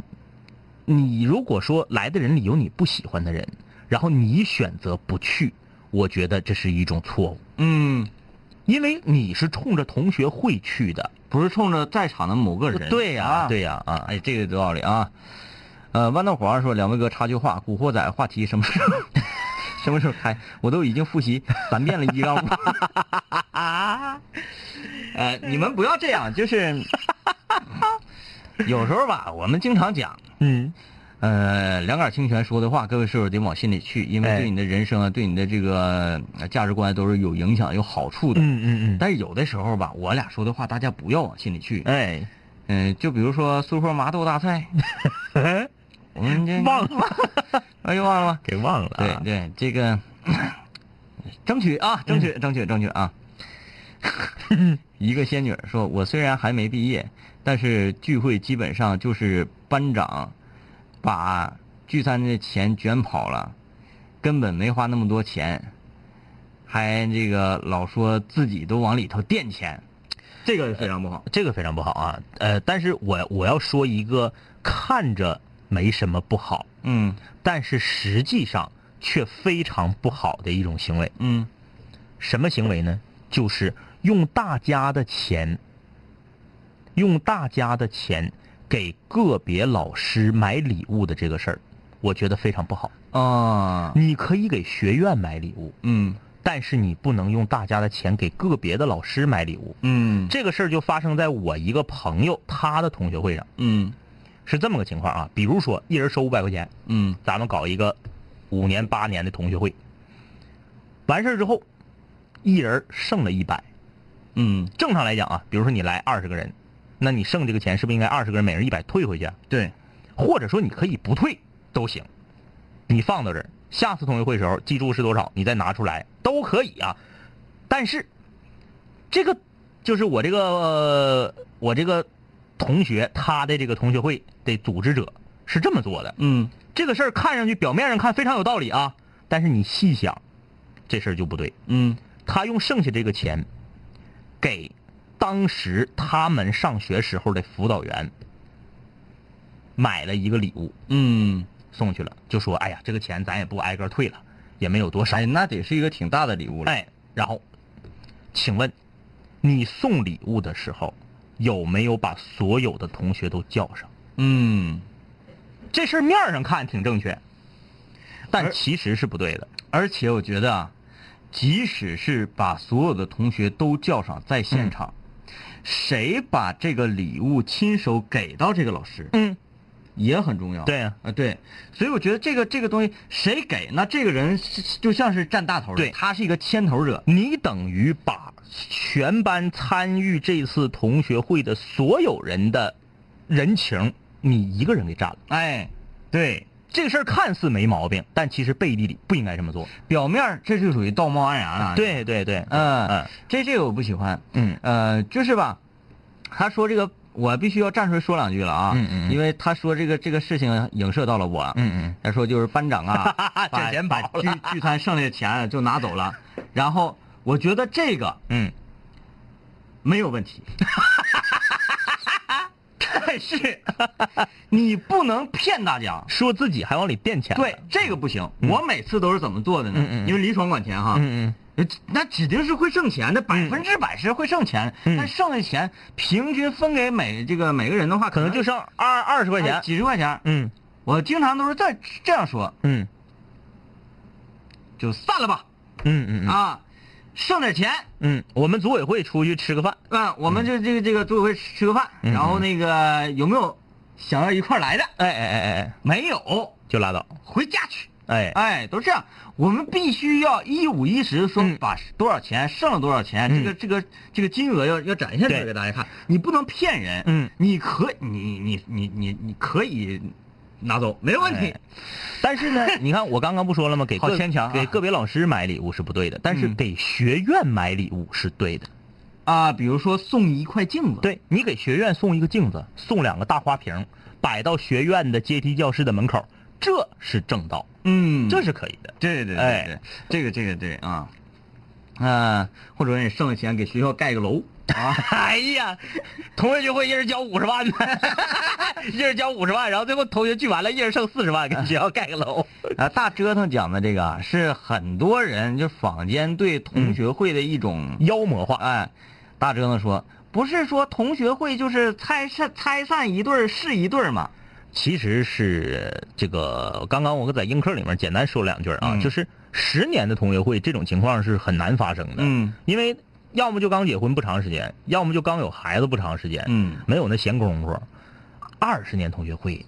S4: 你如果说来的人里有你不喜欢的人，然后你选择不去，我觉得这是一种错误，
S3: 嗯，
S4: 因为你是冲着同学会去的。呃
S3: 不是冲着在场的某个人。
S4: 对呀、
S3: 啊
S4: 对呀、啊，
S3: 哎，这个有道理啊。呃，豌豆黄说：“两位哥插句话，《古惑仔》话题什么时 候什么时候开？我都已经复习三遍了，一 杠五。呃，你们不要这样，就是 有时候吧，我们经常讲，
S4: 嗯，
S3: 呃，两杆清泉说的话，各位室友得往心里去，因为
S4: 哎
S3: 对你的人生啊，对你的这个呃价值观都是有影响、有好处的。
S4: 嗯嗯嗯，
S3: 但是有的时候吧，我俩说的话，大家不要往心里去。
S4: 哎，
S3: 嗯，就比如说苏说麻豆大赛，我们这
S4: 忘
S3: 了， 哎呦忘了吗？
S4: 给忘了、
S3: 对
S4: 啊。
S3: 对，这个争取啊，争取争取争取啊！一个仙女儿说：“我虽然还没毕业，但是聚会基本上就是班长把聚餐的钱卷跑了，根本没花那么多钱，还这个老说自己都往里头垫钱，这个非常不好。
S4: 这个非常不好啊。呃，但是我我要说一个看着没什么不好，
S3: 嗯
S4: 但是实际上却非常不好的一种行为。
S3: 嗯
S4: 什么行为呢？就是用大家的钱，用大家的钱给个别老师买礼物的这个事儿，我觉得非常不好。
S3: 啊
S4: 你可以给学院买礼物，
S3: 嗯
S4: 但是你不能用大家的钱给个别的老师买礼物。
S3: 嗯
S4: 这个事儿就发生在我一个朋友他的同学会上，
S3: 嗯
S4: 是这么个情况啊。比如说，一人收五百块钱，
S3: 嗯
S4: 咱们搞一个五年八年的同学会，完事儿之后，一人剩了一百。
S3: 嗯，
S4: 正常来讲啊，比如说你来二十个人，那你剩这个钱是不是应该二十个人每人一百退回去啊？
S3: 对，
S4: 或者说你可以不退都行，你放到这儿，下次同学会时候记住是多少，你再拿出来都可以啊。但是这个就是我这个、呃我这个同学他的这个同学会的组织者是这么做的，
S3: 嗯
S4: 这个事儿看上去表面上看非常有道理啊，但是你细想，这事儿就不对。
S3: 嗯
S4: 他用剩下这个钱，给当时他们上学时候的辅导员买了一个礼物
S3: 嗯，
S4: 送去了，就说：“哎呀，这个钱咱也不挨个退了，也没有多少。
S3: 哎，那得是一个挺大的礼物了。
S4: 哎，然后，请问，你送礼物的时候有没有把所有的同学都叫上？
S3: 嗯。
S4: 这事儿面儿上看挺正确，但其实是不对的。
S3: 而且我觉得啊，即使是把所有的同学都叫上在现
S4: 嗯
S3: 场，谁把这个礼物亲手给到这个老师，
S4: 嗯，
S3: 也很重要。
S4: 对啊
S3: 呃对，所以我觉得这个这个东西谁给，那这个人是就像是占大头的，
S4: 对
S3: 他是一个牵头者。
S4: 你等于把全班参与这次同学会的所有人的人情，你一个人给占了。
S3: 哎，
S4: 对，这个事儿看似没毛病，但其实背地里不应该这么做。
S3: 表面儿这就属于道貌岸然了。
S4: 对对对，
S3: 嗯、
S4: 嗯
S3: 这这个我不喜欢。
S4: 嗯
S3: 呃，就是吧，他说这个，我必须要站出来说两句了啊，
S4: 嗯嗯嗯
S3: 因为他说这个这个事情啊影射到了我，
S4: 嗯，
S3: 他说就是班长啊 把
S4: 这钱
S3: 把
S4: 跑了
S3: 聚聚餐剩下的钱啊就拿走 了，然后我觉得这个
S4: 嗯
S3: 没有问 题，但是你不能骗大嗯家
S4: 嗯，。说自己还往里垫钱。
S3: 对，这个不行，我每次都是怎么做的呢？
S4: 嗯嗯嗯
S3: 因为李爽管钱哈，
S4: 嗯嗯
S3: 呃那指定是会挣钱的，百分之百是会挣钱。
S4: 嗯
S3: 但剩下钱平均分给每这个每个人的话，
S4: 可能就剩二二十块
S3: 哎
S4: 钱。
S3: 几十块钱。
S4: 嗯
S3: 我经常都是这这样说，
S4: 嗯
S3: 就散了吧
S4: 嗯嗯嗯
S3: 啊，剩点钱。
S4: 嗯，我们组委会出去吃个饭。
S3: 啊，我们就这个这个组委会吃个饭，
S4: 嗯
S3: 然后那个有没有想要一块儿来的？
S4: 哎哎哎哎哎，
S3: 没有，
S4: 就拉倒。
S3: 回家去。
S4: 哎，
S3: 哎，都这样，我们必须要一五一十地说
S4: 嗯
S3: 把多少钱剩了多少钱，这
S4: 嗯
S3: 个这个这个金额要要展现出来
S4: 对
S3: 给大家看，你不能骗人。
S4: 嗯，
S3: 你可你你你你你可以拿走，没问题
S4: 哎。但是呢，你看我刚刚不说了吗？给
S3: 好
S4: 个
S3: 牵强啊
S4: 给个别老师买礼物是不对的，但是
S3: 嗯
S4: 给学院买礼物是对的。
S3: 啊，比如说送一块镜子，，
S4: 对你给学院送一个镜子，送两个大花瓶，摆到学院的阶梯教室的门口，这是正道，
S3: 嗯，
S4: 这是可以的。
S3: 对对对
S4: 哎
S3: 对，这个这个对啊，啊，或者你剩下钱给学校盖个楼啊，
S4: 哎呀，同学聚会一人交五十万呢， 一人交五十万，然后最后同学聚完了，一人剩四十万，给学校盖个楼。
S3: 啊，大折腾讲的这个啊是很多人就坊间对同学会的一种、
S4: 妖魔化，
S3: 哎，大折腾说不是说同学会就是拆散拆散一对儿是一对儿嘛，
S4: 其实是这个，刚刚我在映客里面简单说了两句啊，
S3: 嗯
S4: 就是十年的同学会这种情况是很难发生的，
S3: 嗯
S4: 因为要么就刚结婚不长时间，要么就刚有孩子不长时间，
S3: 嗯
S4: 没有那闲工夫，二十年同学会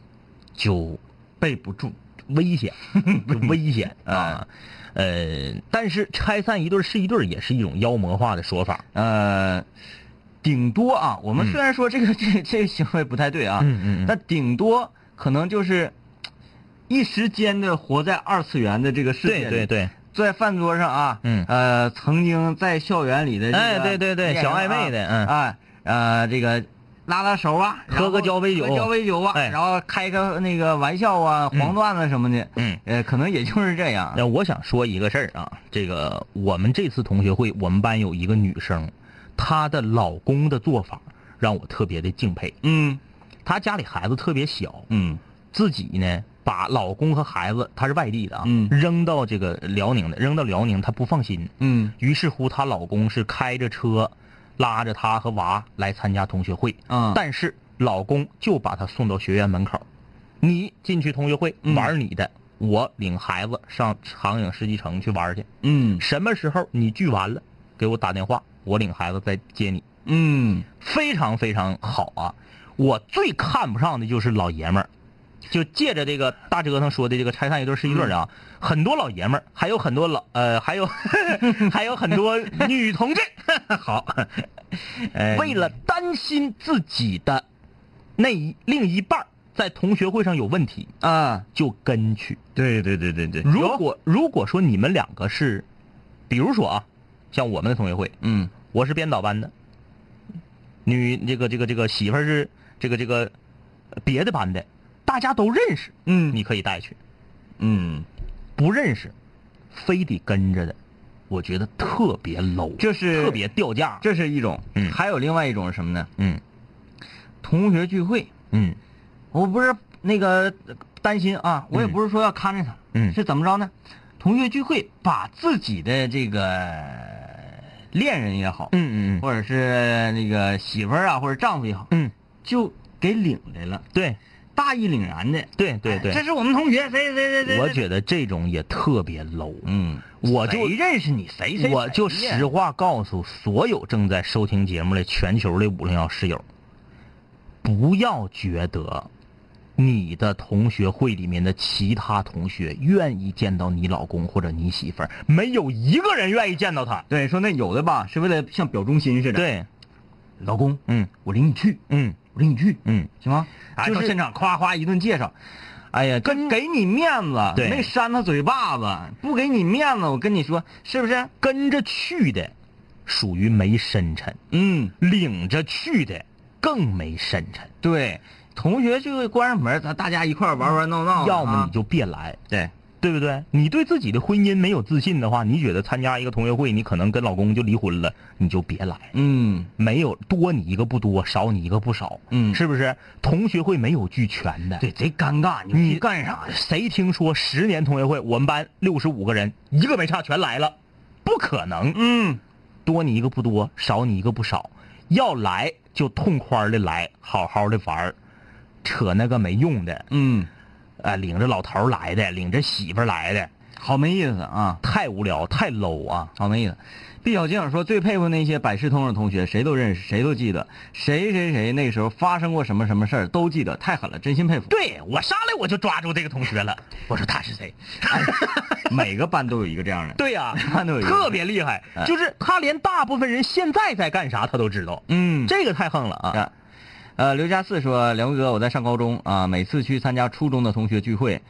S4: 就
S3: 备不住，
S4: 危险， 就 危险啊，呃，但是拆散一对儿是一对儿也是一种妖魔化的说法，
S3: 呃，顶多啊，我们
S4: 嗯
S3: 虽然说这个、 这个这个行为不太对啊，
S4: 嗯嗯嗯
S3: 但顶多可能就是一时间的活在二次元的这个世界
S4: 对
S3: 里，
S4: 对对，
S3: 在饭桌上啊，
S4: 嗯
S3: 呃，曾经在校园里的这个
S4: 哎对对对
S3: 恋人啊
S4: 小暧昧的嗯
S3: 啊，呃，这个拉拉手啊，然后
S4: 喝个交杯酒
S3: 喝交杯酒啊，
S4: 哎
S3: 然后开个那个玩笑啊，黄段子什么的，
S4: 嗯
S3: 呃，可能也就是这样，
S4: 那我想说一个事儿啊，这个我们这次同学会，我们班有一个女生，她的老公的做法让我特别的敬佩。
S3: 嗯
S4: 她家里孩子特别小，
S3: 嗯
S4: 自己呢把老公和孩子，她是外地的啊，
S3: 嗯
S4: 扔到这个辽宁的，扔到辽宁，她不放心。
S3: 嗯
S4: 于是乎，她老公是开着车，拉着她和娃来参加同学会，
S3: 啊，
S4: 但是老公就把她送到学院门口，你进去同学会
S3: 嗯
S4: 玩你的，我领孩子上长影世纪城去玩去。
S3: 嗯
S4: 什么时候你聚完了，给我打电话，我领孩子再接你。
S3: 嗯，
S4: 非常非常好啊！我最看不上的就是老爷们儿，就借着这个大折腾说的这个拆散一对是一对儿啊，很多老爷们儿，还有很多老呃，还有 还有很多女同志， 好，呃
S3: 哎
S4: 为了担心自己的那一另一半儿在同学会上有问题，
S3: 啊，
S4: 就跟去。
S3: 对对对对对
S4: 如果如果说你们两个是，比如说啊，像我们的同学会，
S3: 嗯
S4: 我是编导班的，女这个这个这个媳妇儿是这个这个呃别的班的，大家都认识，
S3: 嗯
S4: 你可以带去；
S3: 嗯，
S4: 不认识，非得跟着的，我觉得特别 low，
S3: 就是
S4: 特别掉价。
S3: 这是一种，
S4: 嗯
S3: 还有另外一种是什么呢？
S4: 嗯
S3: 同学聚会，
S4: 嗯
S3: 我不是那个呃担心啊，我也不是说要看着他，
S4: 嗯
S3: 是怎么着呢？同学聚会把自己的这个恋人也好，
S4: 嗯嗯嗯
S3: 或者是那个媳妇儿啊，或者丈夫也好，
S4: 嗯，
S3: 就给领来了，
S4: 对
S3: 大义凛然的，
S4: 对对
S3: 哎这
S4: 对，
S3: 是我们同学，谁谁谁谁，
S4: 我
S3: 谁
S4: 觉得这种也特别 low。
S3: 嗯，
S4: 我就
S3: 谁认识你谁谁，
S4: 我就
S3: 谁呀
S4: 实话告诉所有正在收听节目的全球的五零幺室友，不要觉得你的同学会里面的其他同学愿意见到你老公或者你媳妇儿，没有一个人愿意见到他。
S3: 对说那有的吧，是为了像表忠心似的，，
S4: 对，
S3: 老公，
S4: 嗯
S3: 我领你去，
S4: 嗯
S3: 我领你去，
S4: 嗯，
S3: 行吗？
S4: 就
S3: 就是现场夸夸一顿介绍，哎呀，跟给你面子，
S4: 对
S3: 没扇他嘴巴子，不给你面子，我跟你说是不是？
S4: 跟着去的属于没深沉，
S3: 嗯，
S4: 领着去的更没深沉，
S3: 对，同学就会关上门，咱大家一块儿玩玩闹闹的啊，
S4: 要么你就别来。
S3: 对，
S4: 对不对？你对自己的婚姻没有自信的话，你觉得参加一个同学会，你可能跟老公就离婚了，你就别来。
S3: 嗯
S4: 没有多你一个不多，少你一个不少，
S3: 嗯
S4: 是不是？同学会没有俱全的，
S3: 对，贼尴尬，你
S4: 你
S3: 去干啥呀？
S4: 谁听说十年同学会，我们班六十五个人，一个没差全来了？不可能，
S3: 嗯，
S4: 多你一个不多，少你一个不少。要来就痛快的来，好好的玩儿扯那个没用的，
S3: 嗯，
S4: 啊，领着老头儿来的，领着媳妇儿来的，
S3: 好没意思啊，
S4: 太无聊，太 low 啊！
S3: 好没意思。毕小静说最佩服那些百事通的同学，谁都认识，谁都记得，谁谁谁那时候发生过什么什么事儿都记得，太狠了，真心佩服。
S4: 对我上来我就抓住这个同 学了，我说他是谁？
S3: 每个班都有一个这样的。
S4: 对呀、
S3: 那都有一个
S4: 特别厉害，
S3: 哎
S4: 就是他连大部分人现在在干啥他都知道，
S3: 嗯，
S4: 这个太横了啊！
S3: 啊，呃，刘家四说，梁哥，我在上高中啊，每次去参加初中的同学聚会，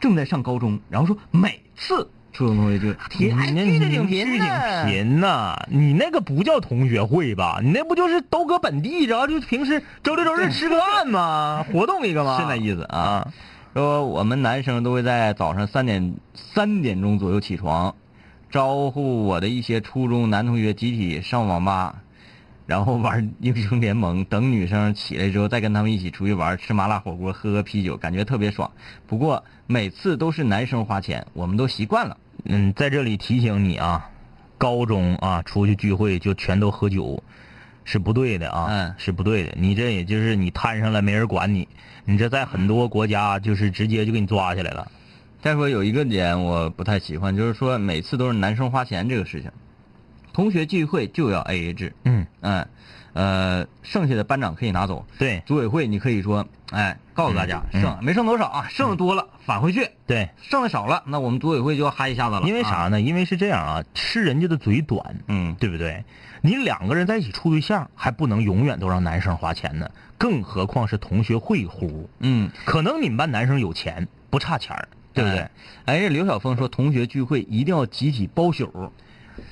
S3: 正在上高中，然后说每次初中同学聚会，
S4: 你
S3: 挺哎
S4: 那
S3: 聚着挺
S4: 你
S3: 频
S4: 聚
S3: 呢
S4: 挺频呐！你那个不叫同学会吧？你那不就是都搁本地，然后就平时周六周日吃个饭吗？活动一个吗？
S3: 是那意思啊
S4: 啊。
S3: 说我们男生都会在早上三点三点钟左右起床，招呼我的一些初中男同学集体上网吧，然后玩英雄联盟，等女生起来之后再跟他们一起出去玩，吃麻辣火锅，喝喝啤酒，感觉特别爽。不过每次都是男生花钱，我们都习惯了。
S4: 嗯，在这里提醒你啊，高中啊出去聚会就全都喝酒，是不对的啊，
S3: 嗯
S4: 是不对的。你这也就是你摊上了没人管你，你这在很多国家就是直接就给你抓起来了。
S3: 再说有一个点我不太喜欢，就是说每次都是男生花钱这个事情，同学聚会就要 AA 制，
S4: 嗯，
S3: 嗯，呃，剩下的班长可以拿走，
S4: 对
S3: 组委会你可以说，哎，告诉大家、
S4: 嗯嗯
S3: 剩没剩多少啊，剩的多了、返回去，
S4: 对，
S3: 剩的少了，那我们组委会就要嗨一下子了，
S4: 因为啥
S3: 啊
S4: 呢？因为是这样啊，吃人家的嘴短，
S3: 嗯
S4: 对不对？你两个人在一起处对象，还不能永远都让男生花钱呢，更何况是同学会乎？
S3: 嗯，
S4: 可能你们班男生有钱，不差钱儿，对不对？
S3: 哎，这刘晓峰说，同学聚会一定要集体包宿。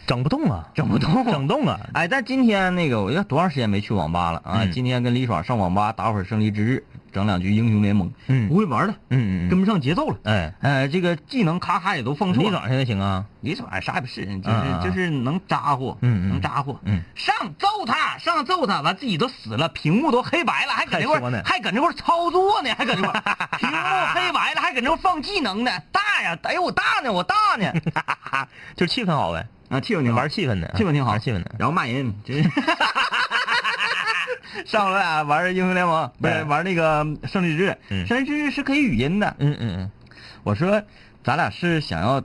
S4: 整不动啊，
S3: 整不动
S4: 整动啊！
S3: 哎，但今天那个，我要多长时间没去网吧了啊？
S4: 嗯
S3: 今天跟李爽上网吧打会儿胜利之日，整两局英雄联盟。
S4: 嗯
S3: 不会玩了，
S4: 嗯嗯嗯
S3: 跟不上节奏了。
S4: 哎，
S3: 呃，这个技能咔咔也都放错
S4: 李
S3: 了。
S4: 爽现在行啊？
S3: 李爽啥也不是，就是、
S4: 啊啊
S3: 就是能咋呼，
S4: 嗯嗯
S3: 能咋呼，
S4: 嗯
S3: 上揍他，上揍他，完自己都死了，屏幕都黑白了，还搁那块
S4: 还说
S3: 儿
S4: 呢
S3: 还搁那块儿操作呢，还搁那块 儿，屏幕黑白了，还搁那块儿放技能呢，大呀，哎呦我大呢，我大 呢，
S4: 就是气氛好呗，
S3: 啊，气氛挺好，
S4: 玩气氛的，
S3: 气氛挺好，
S4: 玩气氛的。
S3: 然后骂人，真 是。上回啊玩英雄联盟，不是
S4: 哎
S3: 玩那个胜利之日，
S4: 嗯
S3: 胜利之日是可以语音的。
S4: 嗯嗯
S3: 我说，咱俩是想要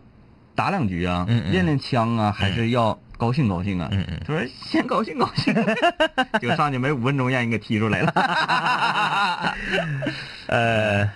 S3: 打两局啊，
S4: 嗯嗯
S3: 练练枪啊，还是要高兴高兴啊？
S4: 嗯嗯嗯
S3: 他说先高兴高 兴，就上去没五分钟，让人给踢出来了。
S4: 嗯，呃，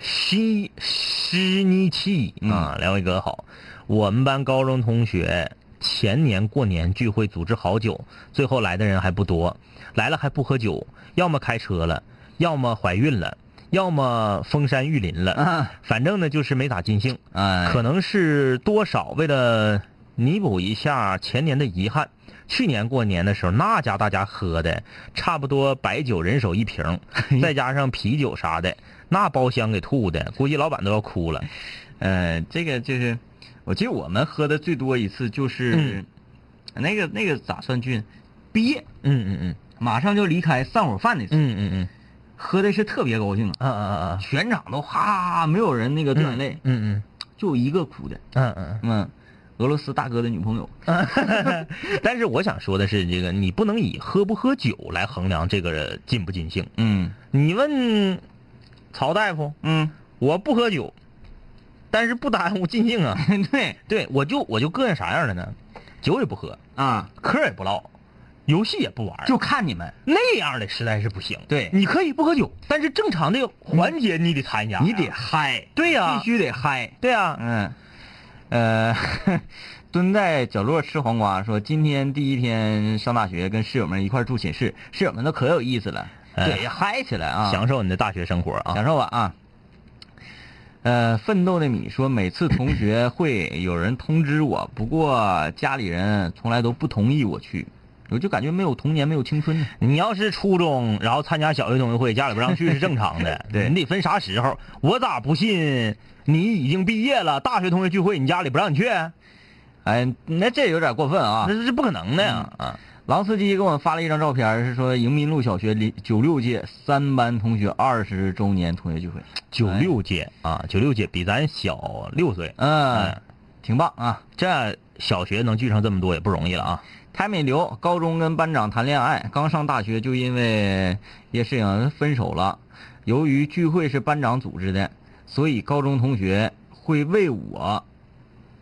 S4: 西西尼奇啊，两位哥好，我们班高中同学前年过年聚会组织好久，最后来的人还不多，来了还不喝酒，要么开车了，要么怀孕了，要么封山育林了，
S3: 啊
S4: 反正呢就是没咋尽兴。
S3: 哎，
S4: 可能是多少为了弥补一下前年的遗憾。去年过年的时候，那家大家喝的差不多白酒人手一 瓶，再加上啤酒啥的，那包厢给吐的，估计老板都要哭了。
S3: 呃，这个就是，我记得我们喝的最多一次就是，那个那个咋算去？毕业
S4: 嗯嗯嗯
S3: 马上就离开散伙饭那次，
S4: 嗯嗯嗯
S3: 喝的是特别高兴啊，
S4: 啊啊啊！
S3: 全场都哈哈哈，没有人那个掉眼泪，
S4: 嗯嗯
S3: 就一个哭的。
S4: 嗯嗯
S3: 嗯，俄罗斯大哥的女朋友，
S4: 嗯。但是我想说的是，这个你不能以喝不喝酒来衡量这个尽不尽兴。
S3: 嗯
S4: 你问曹大夫，
S3: 嗯，
S4: 我不喝酒，但是不耽误尽兴啊。
S3: 嗯 对
S4: 对，我就我就膈应啥样的呢？酒也不喝，
S3: 啊，
S4: 嗑也不唠，游戏也不玩，
S3: 就看你们，
S4: 那样的实在是不行。
S3: 对
S4: 你可以不喝酒，但是正常的环节你得参加呀、
S3: 你得嗨，
S4: 对呀、
S3: 必须得嗨，
S4: 对呀、
S3: 嗯，呃， 蹲在角落吃黄瓜，说今天第一天上大学，跟室友们一块儿住寝室，室友们都可有意思了，
S4: 哎
S3: 对，嗨起来啊，
S4: 享受你的大学生活啊
S3: 享！受吧啊。呃，奋斗的米说，每次同学会有人通知我，不过家里人从来都不同意我去，我就感觉没有童年，没有青春呢。
S4: 你要是初中，然后参加小学同学会，家里不让去是正常 的。
S3: 对
S4: 你得分啥时候。我咋不信你已经毕业了，大学同学聚会你家里不让你去？啊
S3: 哎，那这有点过分啊
S4: 那！是不可能的呀！啊，
S3: 郎司机给我发了一张照片，是说迎宾路小学里九六届三班同学二十周年同学聚会，
S4: 九六届啊，九六届比咱小六岁。
S3: 嗯
S4: 哎，
S3: 挺棒啊！
S4: 这小学能聚上这么多也不容易了啊！
S3: 台美流高中跟班长谈恋爱，刚上大学就因为一些事情分手了。由于聚会是班长组织的，所以高中同学会为我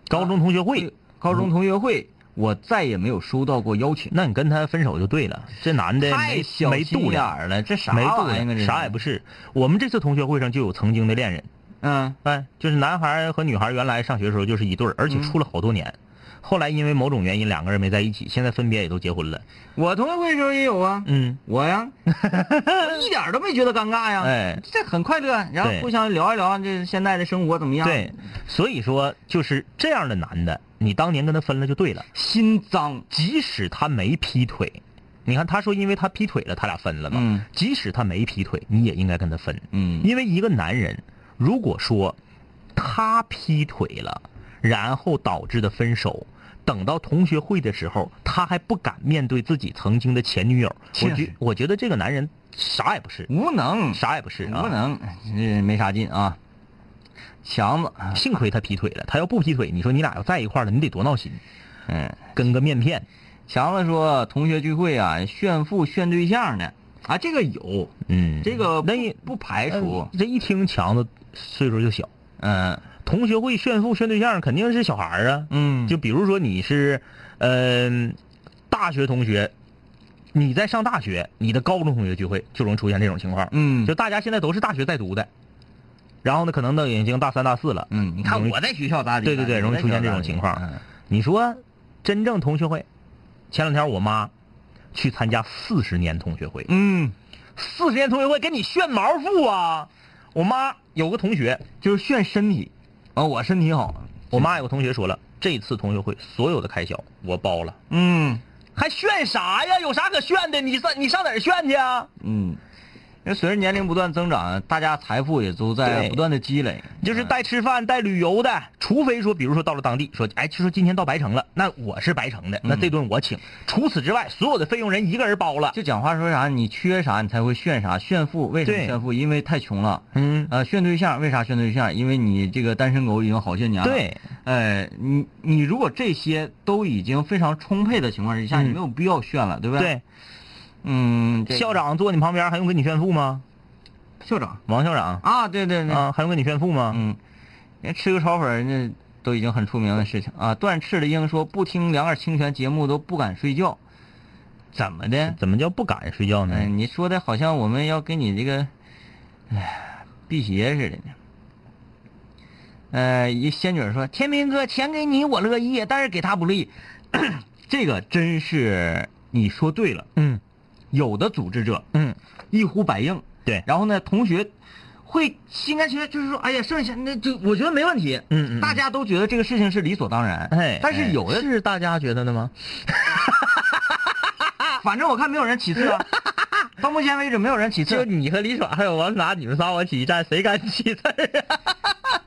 S4: 高中同学会，
S3: 高中同学会，我再也没有收到过邀请。
S4: 那你跟他分手就对了。这男的
S3: 太
S4: 没
S3: 小
S4: 没
S3: 心
S4: 度
S3: 眼
S4: 量，
S3: 儿了，这啥
S4: 没度
S3: 玩意儿啊？这
S4: 量，
S3: 是
S4: 啥也不是。我们这次同学会上就有曾经的恋人，
S3: 嗯
S4: 哎，就是男孩儿和女孩儿原来上学的时候就是一对儿，而且处了好多年。后来因为某种原因，两个人没在一起，现在分别也都结婚了。
S3: 我同学会时候也有啊，
S4: 嗯，
S3: 我 呀，我一点儿都没觉得尴尬呀，
S4: 哎
S3: 这很快乐，然后
S4: 对
S3: 互相聊一聊这现在的生活怎么样，
S4: 对，，所以说就是这样的男的，你当年跟他分了就对了。
S3: 心脏，
S4: 即使他没劈腿，你看他说因为他劈腿了，他俩分了嘛。
S3: 嗯
S4: 即使他没劈腿，你也应该跟他分。
S3: 嗯
S4: 因为一个男人，如果说他劈腿了，然后导致的分手，等到同学会的时候，他还不敢面对自己曾经的前女友，我
S3: 确
S4: 觉
S3: 实嗯
S4: 我觉得这个男人啥也不是，
S3: 无能，
S4: 啥也不是
S3: 无
S4: 啊。
S3: 能，这没啥劲啊。强子，
S4: 幸亏他劈腿了，他要不劈腿，你说你俩要在一块儿了，你得多闹心，
S3: 嗯，
S4: 跟个面片。
S3: 强子说同学聚会啊，炫富炫对象呢，啊，这个有，
S4: 嗯，
S3: 这个
S4: 那
S3: 不
S4: 也
S3: 不排除，
S4: 这一听强子岁数就小，呃
S3: 嗯
S4: 同学会炫富炫对象肯定是小孩儿啊。
S3: 嗯，
S4: 就比如说你是，嗯、大学同学，你在上大学，你的高中同学聚会就容易出现这种情况。
S3: 嗯
S4: 就大家现在都是大学在读的，然后呢，可能都已经大三大四了。
S3: 嗯，你看
S4: 容易
S3: 我在学校咋地？
S4: 对对对，容易出现这种情况。
S3: 嗯
S4: 你说，真正同学会，前两天我妈去参加四十年同学会，
S3: 嗯，
S4: 四十年同学会给你炫毛富啊！我妈有个同学，
S3: 就是炫身体，啊，我身体好，
S4: 我妈有个同学说了，这次同学会所有的开销我包了，
S3: 嗯
S4: 还炫啥呀？有啥可炫的？你上你上哪儿炫去啊？
S3: 嗯，因为随着年龄不断增长，大家财富也都在
S4: 对
S3: 不断的积累，嗯
S4: 就是带吃饭、带旅游的，除非说，比如说到了当地，说，哎，就说今天到白城了，那我是白城的，那这顿我请。除此之外，所有的费用人一个人包了。
S3: 就讲话说啥，你缺啥你才会炫啥，炫富为什么
S4: 对
S3: 炫富？因为太穷了。
S4: 嗯，
S3: 呃，炫对象为啥炫对象？因为你这个单身狗已经好些年了。
S4: 对，
S3: 呃，你你如果这些都已经非常充沛的情况之下，
S4: 嗯
S3: 你没有必要炫了，对不对？
S4: 对，
S3: 嗯，这个
S4: 校长坐你旁边还用跟你炫富吗？
S3: 校长
S4: 王校长
S3: 啊，对对对，
S4: 啊，还用跟你炫富吗？
S3: 嗯，人家吃个炒粉儿那都已经很出名的事情啊。断翅的鹰说不听两耳清泉节目都不敢睡觉，怎么的？
S4: 怎么叫不敢睡觉
S3: 嗯、
S4: 呢？
S3: 你说的好像我们要跟你这个，哎，辟邪似的呢。呃，一仙女儿说：“天明哥，钱给你我乐意，但是给他不乐意。” 这个真是你说对了，
S4: 嗯
S3: 有的组织者
S4: 嗯，
S3: 一呼百应，
S4: 对，
S3: 然后呢，同学会心甘情愿，就是说，哎呀，剩下那就我觉得没问题，
S4: 嗯嗯嗯
S3: 大家都觉得这个事情是理所当然，
S4: 哎，
S3: 但是有的，
S4: 是大家觉得的吗？
S3: 反正我看没有人起刺啊，到目前为止没有人起
S4: 就
S3: 刺，
S4: 你和李爽还有王达，你们仨往起一站，谁敢起字儿啊？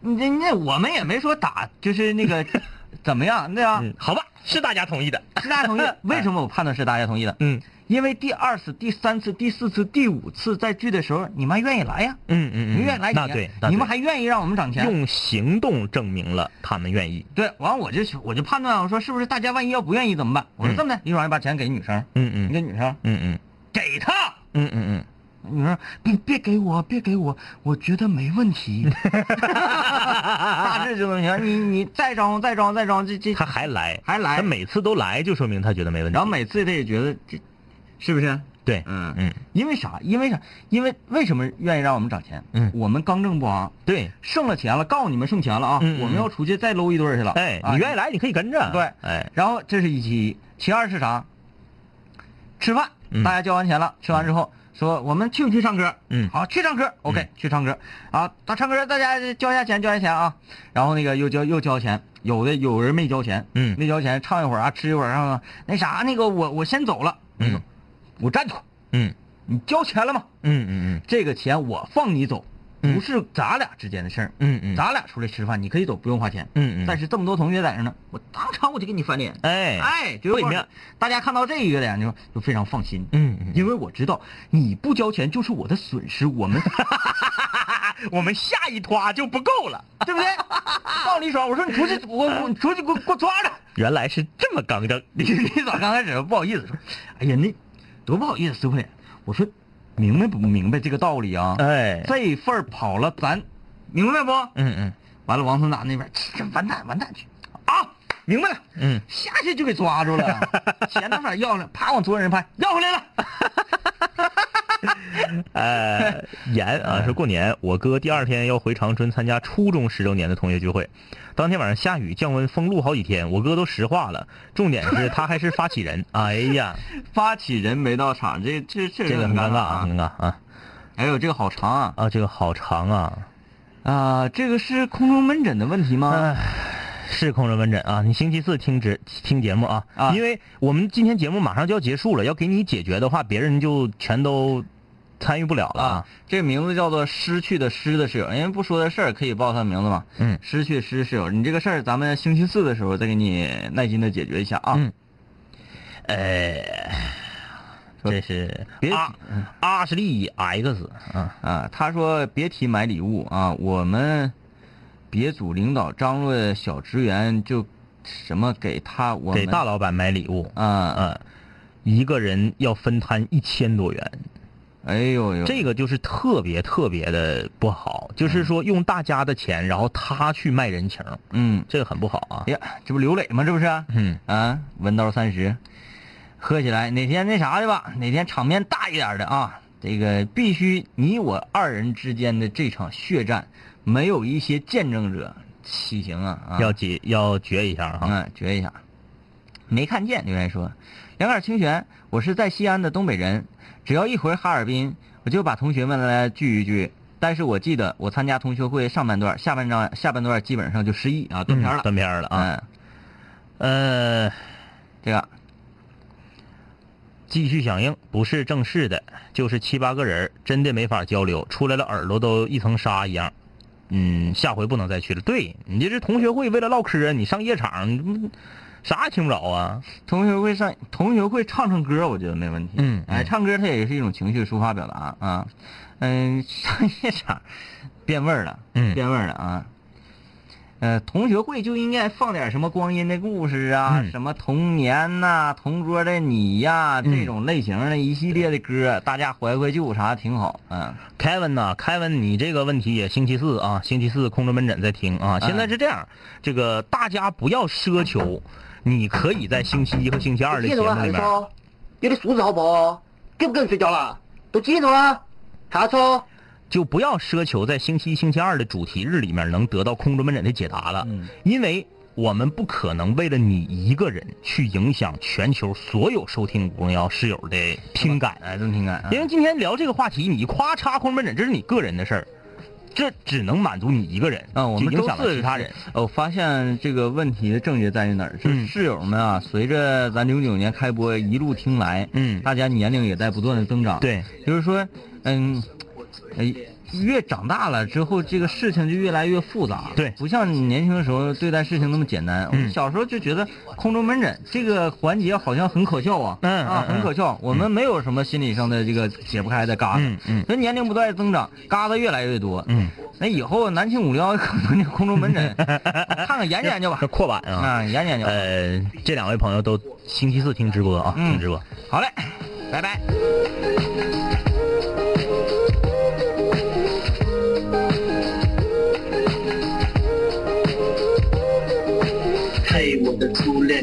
S3: 你这那我们也没说打，就是那个怎么样，对啊，
S4: 嗯好吧，是大家同意的。
S3: 是大家 同意，为什么我判断是大家同意的？
S4: 嗯
S3: 因为第二次、第三次、第四次、第五次在聚的时候，你们还愿意来呀，
S4: 嗯嗯
S3: 你们愿意来几
S4: 那
S3: 年，
S4: 对，那
S3: 你
S4: 对
S3: 们还愿意让我们涨钱，
S4: 用行动证明了他们愿意。
S3: 对，完我就我就判断，我说是不是大家万一要不愿意怎么办？我说
S4: 嗯
S3: 这么的，李爽，你把钱给女生，
S4: 嗯
S3: 你
S4: 嗯
S3: 给女生，
S4: 嗯嗯
S3: 给她。
S4: 嗯嗯
S3: 女生，别别给我，别给我，我觉得没问 题。大致就能行，你你再装再装再装，这这
S4: 嗯，他还来，
S3: 还来
S4: 他。每次都来，就说明他觉得没问题。
S3: 然后每次他也觉得这，是不是？
S4: 对，
S3: 嗯
S4: 嗯，
S3: 因为啥？因为啥？因为为什么愿意让我们涨钱？
S4: 嗯
S3: 我们刚正不阿，
S4: 对，
S3: 剩了钱了，告诉你们剩钱了啊！
S4: 嗯嗯
S3: 我们要出去再搂一对儿去了。
S4: 哎，
S3: 啊
S4: 你愿意来，你可以跟着。
S3: 对
S4: 哎，
S3: 然后这是一其一，其二是啥？吃饭，
S4: 嗯
S3: 大家交完钱了，吃完之后说我们去不去唱歌？
S4: 嗯
S3: 好，去唱歌，OK，、去唱歌。啊，到唱歌大家交一下钱，交一下钱啊。然后那个又交又交钱，有的有人没交钱，
S4: 嗯
S3: 没交钱，唱一会儿啊，吃一会儿啊，那啥，那个我我先走了，
S4: 嗯
S3: 我站住，
S4: 嗯
S3: 你交钱了吗？
S4: 嗯嗯
S3: 这个钱我放你走，
S4: 嗯
S3: 不是咱俩之间的事儿。
S4: 嗯嗯
S3: 咱俩出来吃饭，你可以走，不用花钱。
S4: 嗯嗯
S3: 但是这么多同学在这儿呢，我当场我就给你翻脸。
S4: 嗯，哎，
S3: 哎，就
S4: 不
S3: 是
S4: 一样
S3: 大家看到这一个点就就非常放心，
S4: 嗯嗯
S3: 因为我知道你不交钱就是我的损失，我 们
S4: 我们下一拖就不够了。
S3: 对不对？告诉李爽，我说你出去，我我你出去给我给我抓着。
S4: 原来是这么刚正。
S3: 李李爽刚开始不好意思说，哎呀，那多不好意思，师傅脸。我说明白不明白这个道理啊？
S4: 哎，
S3: 这份儿跑了，咱明白不？
S4: 嗯嗯
S3: 完了，王村长那边这完蛋完蛋去啊！明白了，
S4: 嗯，
S3: 下去就给抓住 了，钱到哪儿要了，啪往桌上一拍，要回来了。
S4: 呃， 严啊，说过年，我哥第二天要回长春参加初中十周年的同学聚会，当天晚上下雨降温封路好几天，我哥都石化了。重点是他还是发起 人，哎呀，
S3: 发起人没到场，这这这
S4: 这个很尴
S3: 尴
S4: 尬啊，
S3: 啊！
S4: 很尴尬啊
S3: 哎呦，这个好长啊！
S4: 啊，这个好长啊，
S3: 啊，这个是空中门诊的问题吗？
S4: 哎是空中门诊啊，你星期四听直听节目啊，
S3: 啊
S4: 因为我们今天节目马上就要结束了，要给你解决的话，别人就全都参与不了了
S3: 啊
S4: 啊，，
S3: 这名字叫做“失去的失”的室友，因为不说的事儿可以报他名字嘛。
S4: 嗯
S3: 失去失室友，你这个事儿咱们星期四的时候再给你耐心的解决一下啊。
S4: 嗯哎，这是啊
S3: 别嗯
S4: 阿阿什利 X 啊。
S3: 啊，他说别提买礼物啊，我们别组领导张罗小职员就什么给他我们
S4: 给大老板买礼物，
S3: 啊啊，
S4: 啊，一个人要分摊一千多元，
S3: 哎呦呦，
S4: 这个就是特别特别的不好，就是说用大家的钱，然后他去卖人情，
S3: 嗯，
S4: 这个很不好啊
S3: 哎。呀，这不刘磊吗？这不是啊，
S4: 嗯
S3: 啊，文刀三十，喝起来哪天那啥的吧，哪天场面大一点的啊，这个必须你我二人之间的这场血战，没有一些见证者，岂行啊啊！
S4: 要解要决一下啊。
S3: 嗯，决一下。没看见留言说，两杆清泉，我是在西安的东北人，只要一回哈尔滨，我就把同学们来聚一聚，但是我记得我参加同学会上半段，下半段下半段基本上就失忆啊，断片儿了。
S4: 断片儿了啊。
S3: 嗯，
S4: 呃，
S3: 这个
S4: 继续响应，不是正式的，就是七八个人儿，真的没法交流，出来了耳朵都一层纱一样。嗯，下回不能再去了。对你这是同学会，为了唠嗑啊，你上夜场，你不啥也听不着啊。
S3: 同学会上同学会唱唱歌，我觉得没问题。
S4: 嗯
S3: 哎，唱歌它也是一种情绪抒发表达啊。嗯， 上夜场变味儿了，
S4: 嗯
S3: 变味儿了啊。呃，同学会就应该放点什么光阴的故事啊，
S4: 嗯
S3: 什么童年呐、同桌的你呀、这
S4: 嗯
S3: 种类型的一系列的歌，大家怀怀旧啥挺好。嗯，
S4: 凯文呐，凯文，你这个问题也星期四啊，星期四空中门诊在听啊。
S7: 嗯
S4: 现在是这样，这个大家不要奢求，你可以在星期一和星期二的
S7: 几
S4: 节
S7: 点钟啊，
S4: 目里
S7: 海
S4: 面，
S7: 超？有点素质好不好？跟不跟人睡觉了？都几点钟了？海超，
S4: 就不要奢求在星期一、星期二的主题日里面能得到空中门诊的解答了，
S3: 嗯
S4: 因为我们不可能为了你一个人去影响全球所有收听五零幺室友的听感。
S3: 哎，真挺感啊。
S4: 因为今天聊这个话题，你夸嚓空中门诊，这是你个人的事儿，这只能满足你一个人，
S3: 啊，我们
S4: 就影
S3: 周
S4: 响了
S3: 四
S4: 其他人。
S3: 是。呃我发现这个问题的症结在于哪儿？就是
S4: 嗯
S3: 室友们啊，随着咱零九年开播一路听来，
S4: 嗯
S3: 大家年龄也在不断的增长。
S4: 对，
S3: 就是说，嗯，呃，越长大了之后，这个事情就越来越复杂。
S4: 对
S3: 不像你年轻的时候对待事情那么简单。我们
S4: 嗯
S3: 小时候就觉得空中门诊这个环节好像很可笑啊，
S4: 嗯
S3: 啊，
S4: 嗯
S3: 很可笑。我们没有什么心理上的这个解不开的疙瘩。
S4: 嗯嗯
S3: 随着年龄不断地增长，疙瘩越来越多。
S4: 嗯，
S3: 那以后南青五零幺可能就空中门诊，看看研究研究吧
S4: 这。扩版啊。
S3: 啊，研究研究。
S4: 呃，这两位朋友都星期四听直播啊，
S3: 嗯
S4: 听直播。
S3: 好嘞，拜拜。
S6: 嘿，我的初恋，